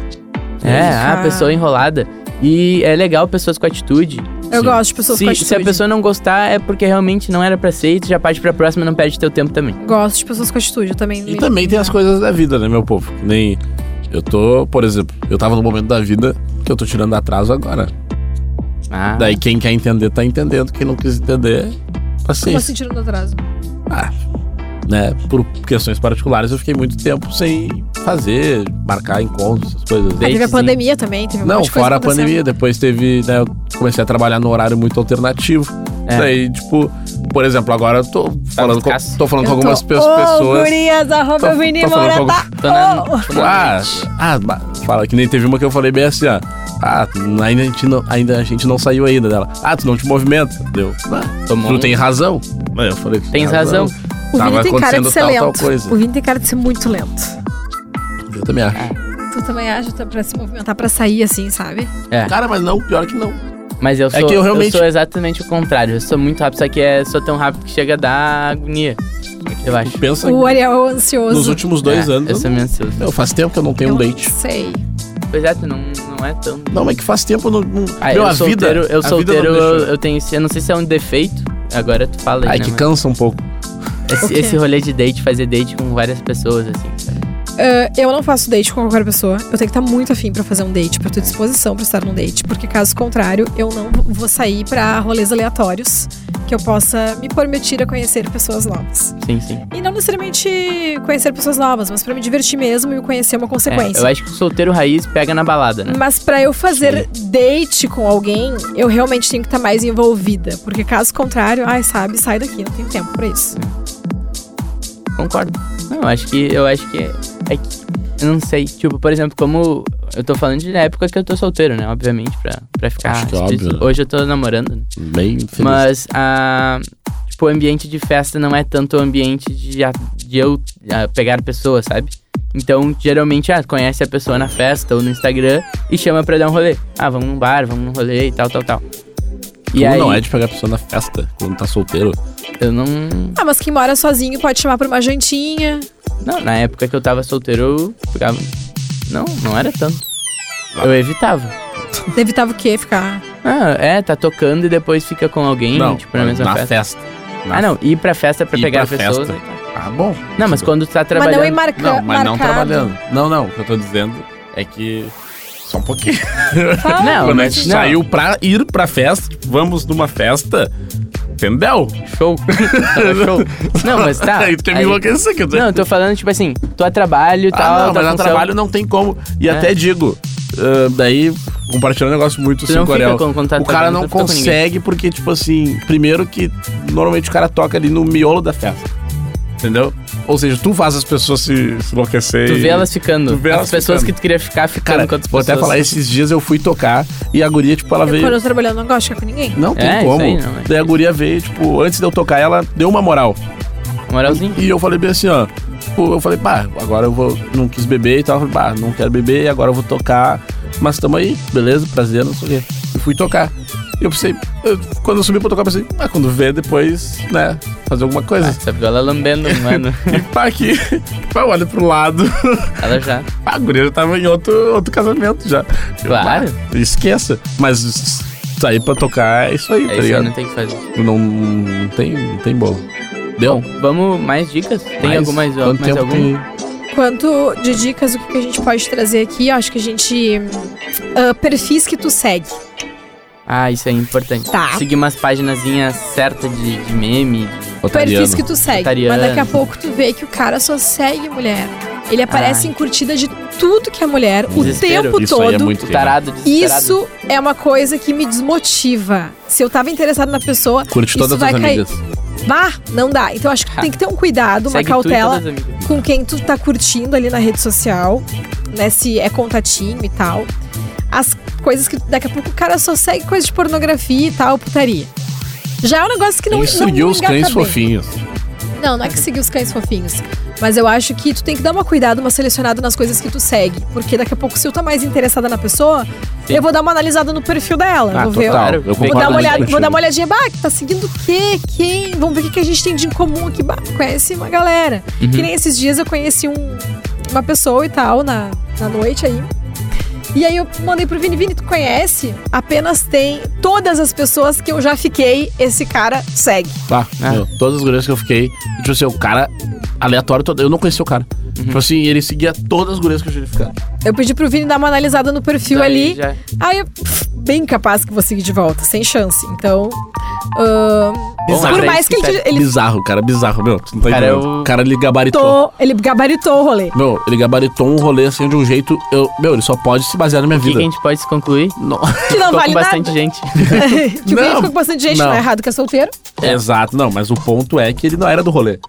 [SPEAKER 3] É,
[SPEAKER 4] Ah.
[SPEAKER 3] a pessoa enrolada. E é legal pessoas com atitude.
[SPEAKER 4] Eu
[SPEAKER 2] Sim.
[SPEAKER 4] gosto de pessoas com
[SPEAKER 3] Se,
[SPEAKER 4] atitude.
[SPEAKER 3] se a pessoa não gostar, é porque realmente não era pra ser e tu já parte pra próxima e não perde teu tempo também.
[SPEAKER 4] Gosto de pessoas com atitude. Eu também.
[SPEAKER 2] E também tem as coisas da vida, né, meu povo? Que nem. Eu tô, por exemplo, eu tava no momento da vida que eu tô tirando atraso agora.
[SPEAKER 3] Ah,
[SPEAKER 2] Daí quem quer entender, tá entendendo. Quem não quis entender,
[SPEAKER 4] Tô
[SPEAKER 2] paciência.
[SPEAKER 4] sentindo no atraso. assim?
[SPEAKER 2] Ah, né? Por questões particulares, eu fiquei muito tempo sem fazer, marcar encontros, essas coisas.
[SPEAKER 4] Ah, teve a
[SPEAKER 3] Datezinho.
[SPEAKER 4] pandemia também, teve um
[SPEAKER 2] Não,
[SPEAKER 4] monte de coisa
[SPEAKER 2] fora a
[SPEAKER 4] acontecendo.
[SPEAKER 2] pandemia, depois teve, né, eu comecei a trabalhar num horário muito alternativo.
[SPEAKER 3] É.
[SPEAKER 2] Daí, tipo, por exemplo, agora eu tô falando com,
[SPEAKER 3] escasso.
[SPEAKER 2] tô falando com
[SPEAKER 4] Eu tô,
[SPEAKER 2] algumas pe-
[SPEAKER 4] "Ô,
[SPEAKER 2] pessoas.
[SPEAKER 4] Gurias,
[SPEAKER 2] Tô-
[SPEAKER 4] arroba
[SPEAKER 2] tô
[SPEAKER 4] o Vini
[SPEAKER 2] falando com
[SPEAKER 4] Moura, tá?
[SPEAKER 3] tô na-
[SPEAKER 4] Ô!
[SPEAKER 3] tô na-
[SPEAKER 2] Ah, ah, ba- fala que nem teve uma que eu falei bem assim, ó. Ah, tu- ainda a gente não, ainda a gente não saiu ainda dela. Ah, tu não te movimenta. Deu. Ah,
[SPEAKER 3] Tomou
[SPEAKER 2] tu
[SPEAKER 3] um-
[SPEAKER 2] tem razão. Aí Eu falei, tu
[SPEAKER 3] Tens razão.
[SPEAKER 4] O
[SPEAKER 2] Tava
[SPEAKER 4] Vini tem cara de
[SPEAKER 2] acontecendo
[SPEAKER 4] ser
[SPEAKER 2] tal, tal
[SPEAKER 4] lento. O
[SPEAKER 2] coisa.
[SPEAKER 4] Vini tem cara de ser muito lento.
[SPEAKER 2] Eu também acho.
[SPEAKER 3] É.
[SPEAKER 4] Tu também acha tá, pra se movimentar, pra sair assim, sabe?
[SPEAKER 2] Cara, mas não, pior que não.
[SPEAKER 3] Mas eu sou,
[SPEAKER 2] É que eu realmente-
[SPEAKER 3] sou exatamente o contrário. Eu sou muito rápido, só que é, sou tão rápido que chega a dar agonia. Eu acho.
[SPEAKER 2] Pensa
[SPEAKER 4] O Ariel é ansioso.
[SPEAKER 2] nos últimos dois
[SPEAKER 3] É,
[SPEAKER 2] anos. né?
[SPEAKER 3] Eu
[SPEAKER 2] Eu,
[SPEAKER 3] sou meio ansioso.
[SPEAKER 2] não, faz tempo que eu não tenho
[SPEAKER 4] Eu
[SPEAKER 2] um
[SPEAKER 4] não
[SPEAKER 2] date.
[SPEAKER 4] Sei.
[SPEAKER 3] Pois é, tu não, não é tão.
[SPEAKER 2] Não, mas que faz tempo eu não. não
[SPEAKER 3] Ah,
[SPEAKER 2] meu,
[SPEAKER 3] eu
[SPEAKER 2] a
[SPEAKER 3] solteiro,
[SPEAKER 2] vida.
[SPEAKER 3] eu
[SPEAKER 2] a vida
[SPEAKER 3] solteiro,
[SPEAKER 2] não
[SPEAKER 3] eu,
[SPEAKER 2] deixou.
[SPEAKER 3] eu tenho. esse- Eu não sei se é um defeito. Agora tu fala aí.
[SPEAKER 2] Ai,
[SPEAKER 3] né,
[SPEAKER 2] que
[SPEAKER 3] mas
[SPEAKER 2] cansa um pouco.
[SPEAKER 3] esse,
[SPEAKER 4] O quê?
[SPEAKER 3] esse rolê de date, fazer date com várias pessoas, assim. sabe?
[SPEAKER 4] Ah, eu não faço date com qualquer pessoa. Eu tenho que estar muito afim pra fazer um date, pra ter disposição pra estar num date. Porque caso contrário, eu não vou sair pra rolês aleatórios que eu possa me permitir a conhecer pessoas novas.
[SPEAKER 3] Sim, sim.
[SPEAKER 4] E não necessariamente conhecer pessoas novas, mas pra me divertir mesmo e o conhecer é uma
[SPEAKER 3] É,
[SPEAKER 4] consequência.
[SPEAKER 3] eu acho que o solteiro raiz pega na balada, né?
[SPEAKER 4] Mas pra eu fazer date com alguém, eu realmente tenho que estar mais envolvida. Porque caso contrário, ai, sabe, sai daqui, não tem tempo pra isso.
[SPEAKER 3] Concordo. Não, eu acho que eu acho que é, é que- eu não sei, tipo, por exemplo, como eu tô falando de época que eu tô solteiro, né, obviamente, pra, pra ficar
[SPEAKER 2] Acho que é
[SPEAKER 3] explícito.
[SPEAKER 2] óbvio, né?
[SPEAKER 3] Hoje eu tô namorando, né?
[SPEAKER 2] Bem feliz.
[SPEAKER 3] Mas a tipo, o ambiente de festa não é tanto o ambiente de, a- de eu ah, pegar pessoas, sabe? Então, geralmente, ah, conhece a pessoa na festa ou no Instagram e chama pra dar um rolê. Ah, vamos num bar, vamos num rolê e tal, tal, tal. E
[SPEAKER 2] Como
[SPEAKER 3] aí,
[SPEAKER 2] não é de pegar a pessoa na festa quando tá solteiro.
[SPEAKER 3] eu não...
[SPEAKER 4] Ah, mas quem mora sozinho pode chamar pra uma jantinha.
[SPEAKER 3] Não, na época que eu tava solteiro, eu ficava... Não, não era tanto. Eu evitava.
[SPEAKER 4] Evitava o quê? Ficar.
[SPEAKER 3] Ah, é, tá tocando e depois fica com alguém, tipo, na mesma festa.
[SPEAKER 2] na
[SPEAKER 3] Ah, não, ir pra festa pra
[SPEAKER 2] Ir
[SPEAKER 3] pegar
[SPEAKER 2] pra
[SPEAKER 3] pessoas. é- né?
[SPEAKER 2] festa. Ah, bom. é
[SPEAKER 3] Não, mas quando tu tá
[SPEAKER 4] Mas
[SPEAKER 3] trabalhando...
[SPEAKER 4] não em é marca...
[SPEAKER 2] Não, mas não
[SPEAKER 4] marcado.
[SPEAKER 2] trabalhando. Não, não. O que eu tô dizendo é que. Só um pouquinho.
[SPEAKER 4] Fala.
[SPEAKER 3] <laughs> Não,
[SPEAKER 2] Quando a
[SPEAKER 3] mas-
[SPEAKER 2] gente
[SPEAKER 3] não.
[SPEAKER 2] saiu pra ir pra festa, tipo, vamos numa festa. Entendeu?
[SPEAKER 3] Show. Tava Tá,
[SPEAKER 2] <laughs>
[SPEAKER 3] show. Não, mas tá.
[SPEAKER 2] Aí tu quer me
[SPEAKER 3] aí-
[SPEAKER 2] enlouquecer, quer dizer.
[SPEAKER 3] <laughs> Não, eu tô falando, tipo assim, tu a trabalho e
[SPEAKER 2] Ah,
[SPEAKER 3] tal.
[SPEAKER 2] não,
[SPEAKER 3] tua
[SPEAKER 2] mas a
[SPEAKER 3] função,
[SPEAKER 2] trabalho não tem como. E
[SPEAKER 3] É.
[SPEAKER 2] até digo, ah, daí, compartilhando um negócio muito
[SPEAKER 3] Tu não
[SPEAKER 2] cinco Ariel.
[SPEAKER 3] fica com, quando tá
[SPEAKER 2] O cara
[SPEAKER 3] trabalhando,
[SPEAKER 2] não
[SPEAKER 3] tu fica com ninguém.
[SPEAKER 2] consegue porque, tipo assim, primeiro que normalmente o cara toca ali no miolo da festa. Entendeu? Ou seja, tu faz as pessoas se, se enlouquecer.
[SPEAKER 3] Tu
[SPEAKER 2] e-
[SPEAKER 3] vê elas ficando.
[SPEAKER 2] Tu vê
[SPEAKER 3] As
[SPEAKER 2] elas
[SPEAKER 3] pessoas
[SPEAKER 2] ficando.
[SPEAKER 3] que tu queria ficar, ficando
[SPEAKER 2] Cara,
[SPEAKER 3] com as
[SPEAKER 2] vou
[SPEAKER 3] pessoas.
[SPEAKER 2] até falar, esses dias eu fui tocar e a guria, tipo, ela
[SPEAKER 4] Eu,
[SPEAKER 2] veio.
[SPEAKER 4] Quando eu tô trabalhando, não gosto de ficar com ninguém.
[SPEAKER 2] Não tem
[SPEAKER 3] É, isso
[SPEAKER 2] como.
[SPEAKER 3] aí, não, é.
[SPEAKER 2] Daí a guria veio, tipo, antes de eu tocar, ela deu uma moral.
[SPEAKER 3] Moralzinho.
[SPEAKER 2] E eu falei bem assim, ó. Tipo, eu falei, pá, agora eu vou. Não quis beber e tal. Eu falei, pá, não quero beber, agora eu vou tocar. Mas tamo aí, beleza, prazer, não sei o quê. E fui tocar. E eu pensei, eu- quando eu subi pra tocar, eu pensei, ah, quando vê, depois, né, fazer alguma
[SPEAKER 3] Ah,
[SPEAKER 2] coisa.
[SPEAKER 3] essa viola lambendo,
[SPEAKER 2] <laughs>
[SPEAKER 3] um mano.
[SPEAKER 2] E pá, aqui, pá, olha pro lado. <laughs>
[SPEAKER 3] Ela já. É
[SPEAKER 2] A guria já tava em outro, outro casamento já. Eu,
[SPEAKER 3] Claro.
[SPEAKER 2] pá, esqueça. Mas s- sair pra tocar é isso aí,
[SPEAKER 3] É
[SPEAKER 2] tá
[SPEAKER 3] isso aí,
[SPEAKER 2] ligado?
[SPEAKER 3] não tem o que fazer.
[SPEAKER 2] Não, não tem, não tem bolo. Deu?
[SPEAKER 3] Vamos, mais dicas? Tem
[SPEAKER 2] Mais?
[SPEAKER 3] algumas, ó,
[SPEAKER 2] Quanto
[SPEAKER 3] mais
[SPEAKER 2] tempo
[SPEAKER 3] algum?
[SPEAKER 2] tem?
[SPEAKER 4] Quanto de dicas, o que que a gente pode trazer aqui? Eu Acho que a gente. ah, perfis que tu segue.
[SPEAKER 3] Ah, isso é importante.
[SPEAKER 4] Tá.
[SPEAKER 3] Seguir umas paginazinhas certas de, de meme. de-
[SPEAKER 4] Perfis que tu segue.
[SPEAKER 3] Otariano.
[SPEAKER 4] Mas daqui a pouco tu vê que o cara só segue mulher. Ele aparece
[SPEAKER 3] Ah.
[SPEAKER 4] em curtida de tudo que é mulher
[SPEAKER 3] Desespero.
[SPEAKER 4] o tempo
[SPEAKER 2] Isso aí é
[SPEAKER 4] todo.
[SPEAKER 2] muito
[SPEAKER 3] Do tarado, desesperado.
[SPEAKER 4] Isso é uma coisa que me desmotiva. Se eu tava interessado na pessoa,
[SPEAKER 2] Curte
[SPEAKER 4] Isso
[SPEAKER 2] todas as
[SPEAKER 4] vai
[SPEAKER 2] tuas
[SPEAKER 4] cair.
[SPEAKER 2] amigas.
[SPEAKER 4] bah, não dá. Então acho que tem que ter um cuidado, uma
[SPEAKER 3] Segue tu e
[SPEAKER 4] cautela
[SPEAKER 3] todas as amigas.
[SPEAKER 4] com quem tu tá curtindo ali na rede social, né? Se é contatinho e tal. As coisas que daqui a pouco o cara só segue coisa de pornografia e tal, putaria. Já é um negócio que não,
[SPEAKER 2] Quem
[SPEAKER 4] não,
[SPEAKER 2] seguiu
[SPEAKER 4] não
[SPEAKER 2] os
[SPEAKER 4] engata
[SPEAKER 2] cães
[SPEAKER 4] bem.
[SPEAKER 2] fofinhos.
[SPEAKER 4] Não, não é que seguir os cães fofinhos. Mas eu acho que tu tem que dar uma cuidada, uma selecionada nas coisas que tu segue. Porque daqui a pouco, se eu tá mais interessada na pessoa,
[SPEAKER 3] Sim.
[SPEAKER 4] eu vou dar uma analisada no perfil dela.
[SPEAKER 2] Ah,
[SPEAKER 4] vou ver.
[SPEAKER 2] total.
[SPEAKER 3] Claro,
[SPEAKER 2] Eu
[SPEAKER 3] vou
[SPEAKER 2] concordo
[SPEAKER 4] Vou dar, uma
[SPEAKER 2] muito
[SPEAKER 4] olhada,
[SPEAKER 2] contigo.
[SPEAKER 4] vou dar uma olhadinha, bah, tá seguindo o quê? Quem? Vamos ver o que que a gente tem de em comum aqui. Bah, conhece uma galera.
[SPEAKER 3] Uhum.
[SPEAKER 4] Que nem esses dias eu conheci um- uma pessoa e tal na, na noite aí. E aí eu mandei pro Vini, Vini, tu conhece? Apenas tem todas as pessoas que eu já fiquei, esse cara segue.
[SPEAKER 2] Tá,
[SPEAKER 3] Ah.
[SPEAKER 2] meu, todas as gurias que eu fiquei. Tipo assim, o cara aleatório, todo- eu não conhecia o cara.
[SPEAKER 4] Uhum.
[SPEAKER 2] Tipo assim, ele seguia todas as gurias que eu já ficar.
[SPEAKER 4] Eu pedi pro Vini dar uma analisada no perfil
[SPEAKER 3] Daí
[SPEAKER 4] ali.
[SPEAKER 3] já- é.
[SPEAKER 4] Aí eu, pff, bem capaz que vou seguir de volta, sem chance. Então. ahn,
[SPEAKER 3] Bom,
[SPEAKER 4] por
[SPEAKER 3] é
[SPEAKER 4] mais
[SPEAKER 3] isso
[SPEAKER 4] que
[SPEAKER 3] serve.
[SPEAKER 4] ele, ele
[SPEAKER 2] Bizarro, cara, bizarro, meu. Tu não tá
[SPEAKER 3] Cara,
[SPEAKER 2] entendendo.
[SPEAKER 3] eu-
[SPEAKER 2] O cara, ele gabaritou.
[SPEAKER 4] tô- ele gabaritou o rolê.
[SPEAKER 2] Meu, ele gabaritou um rolê assim de um jeito. Eu, meu, ele só pode se basear na minha
[SPEAKER 3] O que, que
[SPEAKER 2] vida.
[SPEAKER 3] a gente pode se concluir?
[SPEAKER 2] Não- <laughs>
[SPEAKER 4] Que
[SPEAKER 3] Ficou
[SPEAKER 4] não vale
[SPEAKER 3] com
[SPEAKER 4] nada.
[SPEAKER 3] bastante gente.
[SPEAKER 4] <laughs> que
[SPEAKER 2] Não.
[SPEAKER 4] o Vini Tipo, ficou com bastante gente, não.
[SPEAKER 2] Não.
[SPEAKER 4] é errado que é solteiro.
[SPEAKER 2] Exato, não, mas o ponto é que ele não era do rolê.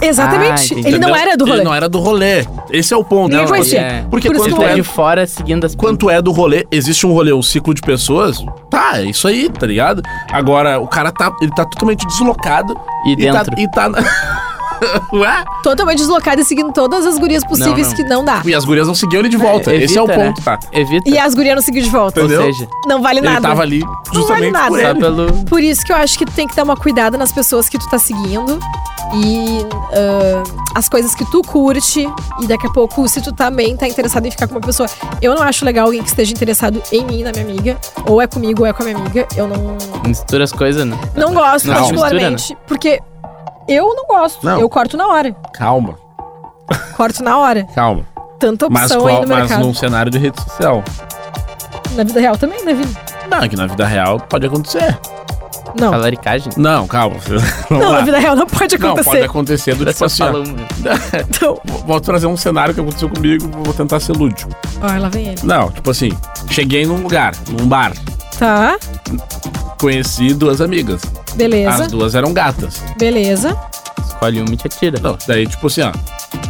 [SPEAKER 4] Exatamente.
[SPEAKER 3] entendi.
[SPEAKER 4] ele não
[SPEAKER 2] entendeu?
[SPEAKER 4] era do rolê.
[SPEAKER 2] Ele não era do rolê. Esse é o ponto.
[SPEAKER 4] Ninguém
[SPEAKER 2] Não,
[SPEAKER 4] conhecia.
[SPEAKER 2] é-
[SPEAKER 3] Por
[SPEAKER 2] Porque
[SPEAKER 4] isso que
[SPEAKER 2] quando
[SPEAKER 3] Tu
[SPEAKER 4] não
[SPEAKER 2] é
[SPEAKER 3] é de fora seguindo as
[SPEAKER 2] quanto é do rolê, existe um rolê, um ciclo de pessoas, tá, é isso aí, tá ligado? Agora, o cara tá, ele tá totalmente deslocado.
[SPEAKER 3] E dentro.
[SPEAKER 2] Tá, e tá... na- <laughs> Ué?
[SPEAKER 4] Totalmente deslocado e seguindo todas as gurias possíveis
[SPEAKER 3] não.
[SPEAKER 4] que não dá.
[SPEAKER 2] E as gurias não seguiam ele de volta.
[SPEAKER 3] evita,
[SPEAKER 2] Esse é o
[SPEAKER 3] né?
[SPEAKER 2] ponto, tá?
[SPEAKER 3] Evita.
[SPEAKER 4] E as gurias não seguiram de volta.
[SPEAKER 2] Entendeu?
[SPEAKER 3] Ou seja,
[SPEAKER 4] Não vale
[SPEAKER 2] Ele
[SPEAKER 4] nada.
[SPEAKER 2] tava ali justamente
[SPEAKER 4] nada.
[SPEAKER 2] por
[SPEAKER 4] Só
[SPEAKER 3] só
[SPEAKER 2] ele.
[SPEAKER 3] pelo.
[SPEAKER 4] Por isso que eu acho que tu tem que dar uma cuidada nas pessoas que tu tá seguindo e ah, as coisas que tu curte. E daqui a pouco, se tu também tá interessado em ficar com uma pessoa. Eu não acho legal alguém que esteja interessado em mim, na minha amiga. Ou é comigo, ou é com a minha amiga. Eu não,
[SPEAKER 3] Mistura as coisas, né?
[SPEAKER 4] não gosto,
[SPEAKER 2] Não.
[SPEAKER 4] particularmente. Porque eu não gosto.
[SPEAKER 2] Não.
[SPEAKER 4] Eu corto na hora.
[SPEAKER 2] Calma.
[SPEAKER 4] Corto na hora.
[SPEAKER 2] Calma.
[SPEAKER 4] Tanta opção
[SPEAKER 2] Mas,
[SPEAKER 4] aí
[SPEAKER 2] qual,
[SPEAKER 4] no
[SPEAKER 2] mas
[SPEAKER 4] mercado.
[SPEAKER 2] num cenário de rede social.
[SPEAKER 4] Na vida real também, né, Vini?
[SPEAKER 2] Não, é que na vida real pode acontecer.
[SPEAKER 4] Não.
[SPEAKER 3] Calaricagem.
[SPEAKER 2] Não, calma. <laughs> Vamos
[SPEAKER 4] Não,
[SPEAKER 2] lá.
[SPEAKER 4] na vida real não pode
[SPEAKER 2] Não, pode
[SPEAKER 4] acontecer.
[SPEAKER 2] acontecer do tipo
[SPEAKER 3] Dessa
[SPEAKER 2] assim. <laughs> ó.
[SPEAKER 3] falando.
[SPEAKER 4] Então,
[SPEAKER 2] Vou- Vou trazer um cenário que aconteceu comigo, vou tentar ser lúdico.
[SPEAKER 4] olha, lá vem ele.
[SPEAKER 2] Não, tipo assim, cheguei num lugar, num bar,
[SPEAKER 4] Tá,
[SPEAKER 2] conheci duas amigas.
[SPEAKER 4] beleza,
[SPEAKER 2] As duas eram gatas.
[SPEAKER 4] beleza.
[SPEAKER 3] Escolhe uma e te atira.
[SPEAKER 2] Não, daí tipo assim, ó.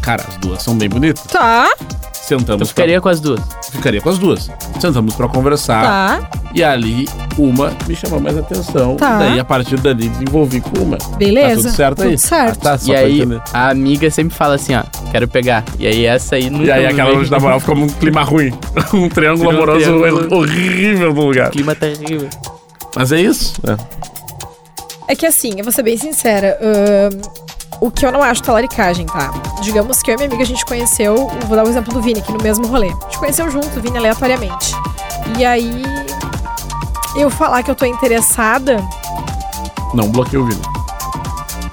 [SPEAKER 2] Cara, as duas são bem bonitas.
[SPEAKER 4] Tá,
[SPEAKER 2] Sentamos
[SPEAKER 3] Eu ficaria com as duas.
[SPEAKER 2] Pra, ficaria com as duas. Sentamos pra conversar.
[SPEAKER 4] tá,
[SPEAKER 2] E ali, uma me chamou mais atenção.
[SPEAKER 4] Tá.
[SPEAKER 2] Daí, a partir dali, desenvolvi com uma.
[SPEAKER 4] beleza.
[SPEAKER 2] Tá tudo certo aí?
[SPEAKER 4] Tudo certo.
[SPEAKER 2] Ah, tá, só
[SPEAKER 3] e
[SPEAKER 2] pra
[SPEAKER 3] aí,
[SPEAKER 2] entender.
[SPEAKER 3] a amiga sempre fala assim, ó, quero pegar. E aí essa aí nunca
[SPEAKER 2] E aí
[SPEAKER 3] me
[SPEAKER 2] aquela
[SPEAKER 3] vem. <laughs>
[SPEAKER 2] noite da moral ficou um clima ruim. <laughs> Um triângulo
[SPEAKER 3] Virou um
[SPEAKER 2] amoroso
[SPEAKER 3] triângulo.
[SPEAKER 2] horrível no lugar.
[SPEAKER 3] clima tá terrível.
[SPEAKER 2] Mas é isso.
[SPEAKER 4] É que assim, eu vou ser bem sincera. ahn, o que eu não acho talaricagem, tá? Digamos que eu e minha amiga a gente conheceu. Vou dar o exemplo do Vini, aqui no mesmo rolê. A gente conheceu junto, o Vini aleatoriamente. E aí. Eu falar que eu tô interessada
[SPEAKER 2] Não, bloqueio o vídeo.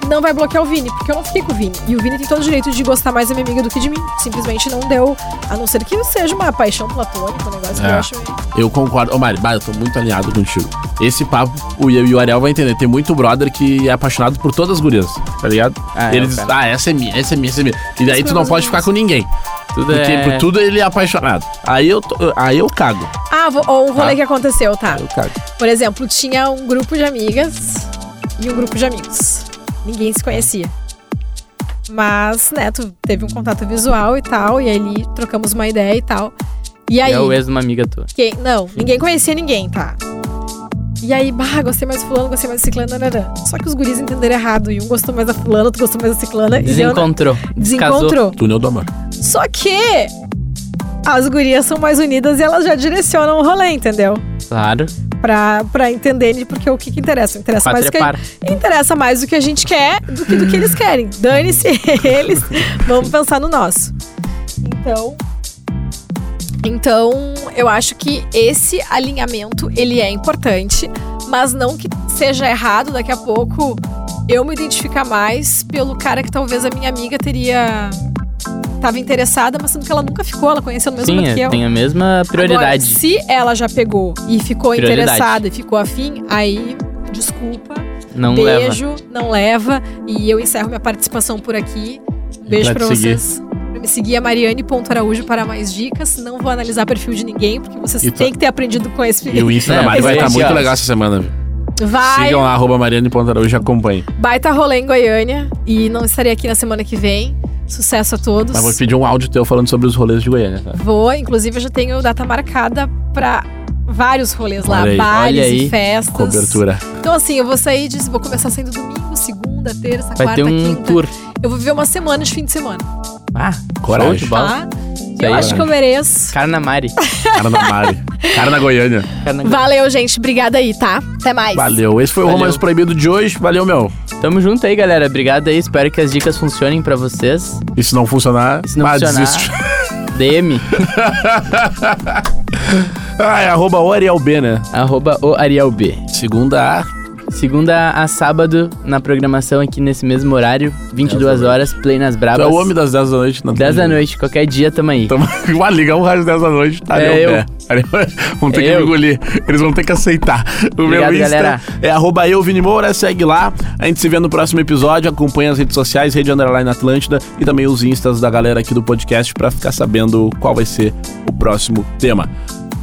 [SPEAKER 4] não vai bloquear o Vini, porque eu não fiquei com o Vini. E o Vini tem todo o direito de gostar mais da minha amiga do que de mim. Simplesmente não deu. A não ser que seja uma paixão platônica, um negócio que
[SPEAKER 2] É.
[SPEAKER 4] eu acho. meio-
[SPEAKER 2] Eu concordo. Ô, Mari, bah, eu tô muito alinhado contigo. Esse papo, o Ian e o Ariel vai entender. Tem muito brother que é apaixonado por todas as gurias, tá ligado?
[SPEAKER 3] Ah,
[SPEAKER 2] ele
[SPEAKER 3] é,
[SPEAKER 2] diz,
[SPEAKER 3] cara.
[SPEAKER 2] ah, essa é minha, essa é minha, essa é minha. E daí tu não
[SPEAKER 4] problemas
[SPEAKER 2] pode ficar com ninguém.
[SPEAKER 3] Tudo
[SPEAKER 2] Porque
[SPEAKER 3] é...
[SPEAKER 2] por tudo ele é apaixonado. Aí eu, tô- aí eu cago.
[SPEAKER 4] Ah, vou- ou um rolê
[SPEAKER 2] Tá.
[SPEAKER 4] que aconteceu, tá?
[SPEAKER 2] Eu cago.
[SPEAKER 4] Por exemplo, tinha um grupo de amigas e um grupo de amigos. Ninguém se conhecia. Mas, né, tu teve um contato visual e tal, e ali trocamos uma ideia e tal. E aí.
[SPEAKER 3] É o ex de uma amiga tua.
[SPEAKER 4] quem- não, ninguém conhecia ninguém, tá? E aí, bah, gostei mais do fulano, gostei mais do ciclano, nananã. Só que os guris entenderam errado. E um gostou mais da fulana, outro gostou mais da ciclana. e eu não-
[SPEAKER 3] Desencontrou. Descasou.
[SPEAKER 4] Desencontrou.
[SPEAKER 2] Túnel do amor.
[SPEAKER 4] Só que as gurias são mais unidas e elas já direcionam o rolê, entendeu?
[SPEAKER 3] Claro.
[SPEAKER 4] Pra, pra entender porque o que, que interessa. Interessa mais,
[SPEAKER 3] Pátria
[SPEAKER 4] o que,
[SPEAKER 3] par.
[SPEAKER 4] interessa mais o que a gente quer do que do que eles querem. Dane-se <laughs> eles, vamos pensar no nosso. Então. Então, eu acho que esse alinhamento ele é importante, mas não que seja errado daqui a pouco eu me identificar mais pelo cara que talvez a minha amiga teria tava interessada, mas sendo que ela nunca ficou, ela conheceu no mesmo
[SPEAKER 3] Sim,
[SPEAKER 4] momento que eu.
[SPEAKER 3] tem a mesma prioridade.
[SPEAKER 4] Agora, se ela já pegou e ficou
[SPEAKER 3] Prioridade.
[SPEAKER 4] interessada e ficou afim, aí, desculpa,
[SPEAKER 3] não leva.
[SPEAKER 4] beijo, não leva. E eu encerro minha participação por aqui. Um beijo
[SPEAKER 2] Pra
[SPEAKER 4] pra,
[SPEAKER 2] te seguir.
[SPEAKER 4] vocês. Pra me seguir é Mariane.araújo para mais dicas. Não vou analisar perfil de ninguém, porque vocês
[SPEAKER 2] E tu-
[SPEAKER 4] têm que ter aprendido com esse <laughs>
[SPEAKER 2] E o Insta
[SPEAKER 3] É,
[SPEAKER 2] da Mari vai
[SPEAKER 3] mas
[SPEAKER 2] estar
[SPEAKER 3] é
[SPEAKER 2] muito
[SPEAKER 3] assim, ó.
[SPEAKER 2] legal essa semana. viu?
[SPEAKER 4] Vai,
[SPEAKER 2] Sigam lá, arroba Mariane Pontaraújo e acompanhem.
[SPEAKER 4] baita rolê em Goiânia. E não estarei aqui na semana que vem. Sucesso a todos.
[SPEAKER 2] Mas vou te pedir um áudio teu falando sobre os rolês de Goiânia. Tá?
[SPEAKER 4] Vou, inclusive, eu já tenho data marcada pra vários rolês lá.
[SPEAKER 2] Olha aí.
[SPEAKER 4] Bares
[SPEAKER 3] Olha
[SPEAKER 4] e
[SPEAKER 3] aí.
[SPEAKER 4] festas.
[SPEAKER 2] Cobertura.
[SPEAKER 4] Então, assim, eu vou sair de. Vou começar saindo domingo, segunda, terça,
[SPEAKER 3] Vai
[SPEAKER 4] quarta,
[SPEAKER 3] ter um
[SPEAKER 4] quinta.
[SPEAKER 3] tour.
[SPEAKER 4] Eu vou viver uma semana de fim de semana,
[SPEAKER 3] Ah,
[SPEAKER 2] Coragem.
[SPEAKER 3] show de bola.
[SPEAKER 4] tá?
[SPEAKER 3] aí, né?
[SPEAKER 4] eu acho que eu mereço. <laughs>
[SPEAKER 3] Carnamari.
[SPEAKER 2] Cara na Mari. Cara na Goiânia.
[SPEAKER 3] Carnamari.
[SPEAKER 4] Valeu, gente. Obrigada aí, tá? Até mais.
[SPEAKER 2] Valeu. Esse foi o
[SPEAKER 3] Valeu.
[SPEAKER 2] Romance Proibido de hoje. Valeu, meu.
[SPEAKER 3] Tamo junto aí, galera. Obrigado aí. Espero que as dicas funcionem pra vocês.
[SPEAKER 2] E se não funcionar,
[SPEAKER 3] Se não
[SPEAKER 2] ah,
[SPEAKER 3] funcionar,
[SPEAKER 2] desiste.
[SPEAKER 3] DM,
[SPEAKER 2] <laughs> Ah, é arroba o Ariel B, né?
[SPEAKER 3] <laughs> arroba o Ariel B.
[SPEAKER 2] Segunda A.
[SPEAKER 3] Segunda a sábado, na programação aqui nesse mesmo horário, 22 horas, Play nas
[SPEAKER 2] Tu
[SPEAKER 3] Brabas.
[SPEAKER 2] é o homem das 10 da noite. Não
[SPEAKER 3] 10 Ah, da noite, qualquer dia tamo aí.
[SPEAKER 2] Então, <laughs> vai ligar um rádio 10 da noite. Ariel
[SPEAKER 3] É
[SPEAKER 2] B. Ariel- Vão ter que me
[SPEAKER 3] É eu.
[SPEAKER 2] engolir. Eles vão ter que aceitar. O meu
[SPEAKER 3] Obrigado,
[SPEAKER 2] Insta
[SPEAKER 3] galera.
[SPEAKER 2] é arroba eu, Vini Moura. Segue lá. A gente se vê no próximo episódio. Acompanha as redes sociais, Rede Underline Atlântida e também os instas da galera aqui do podcast pra ficar sabendo qual vai ser o próximo tema.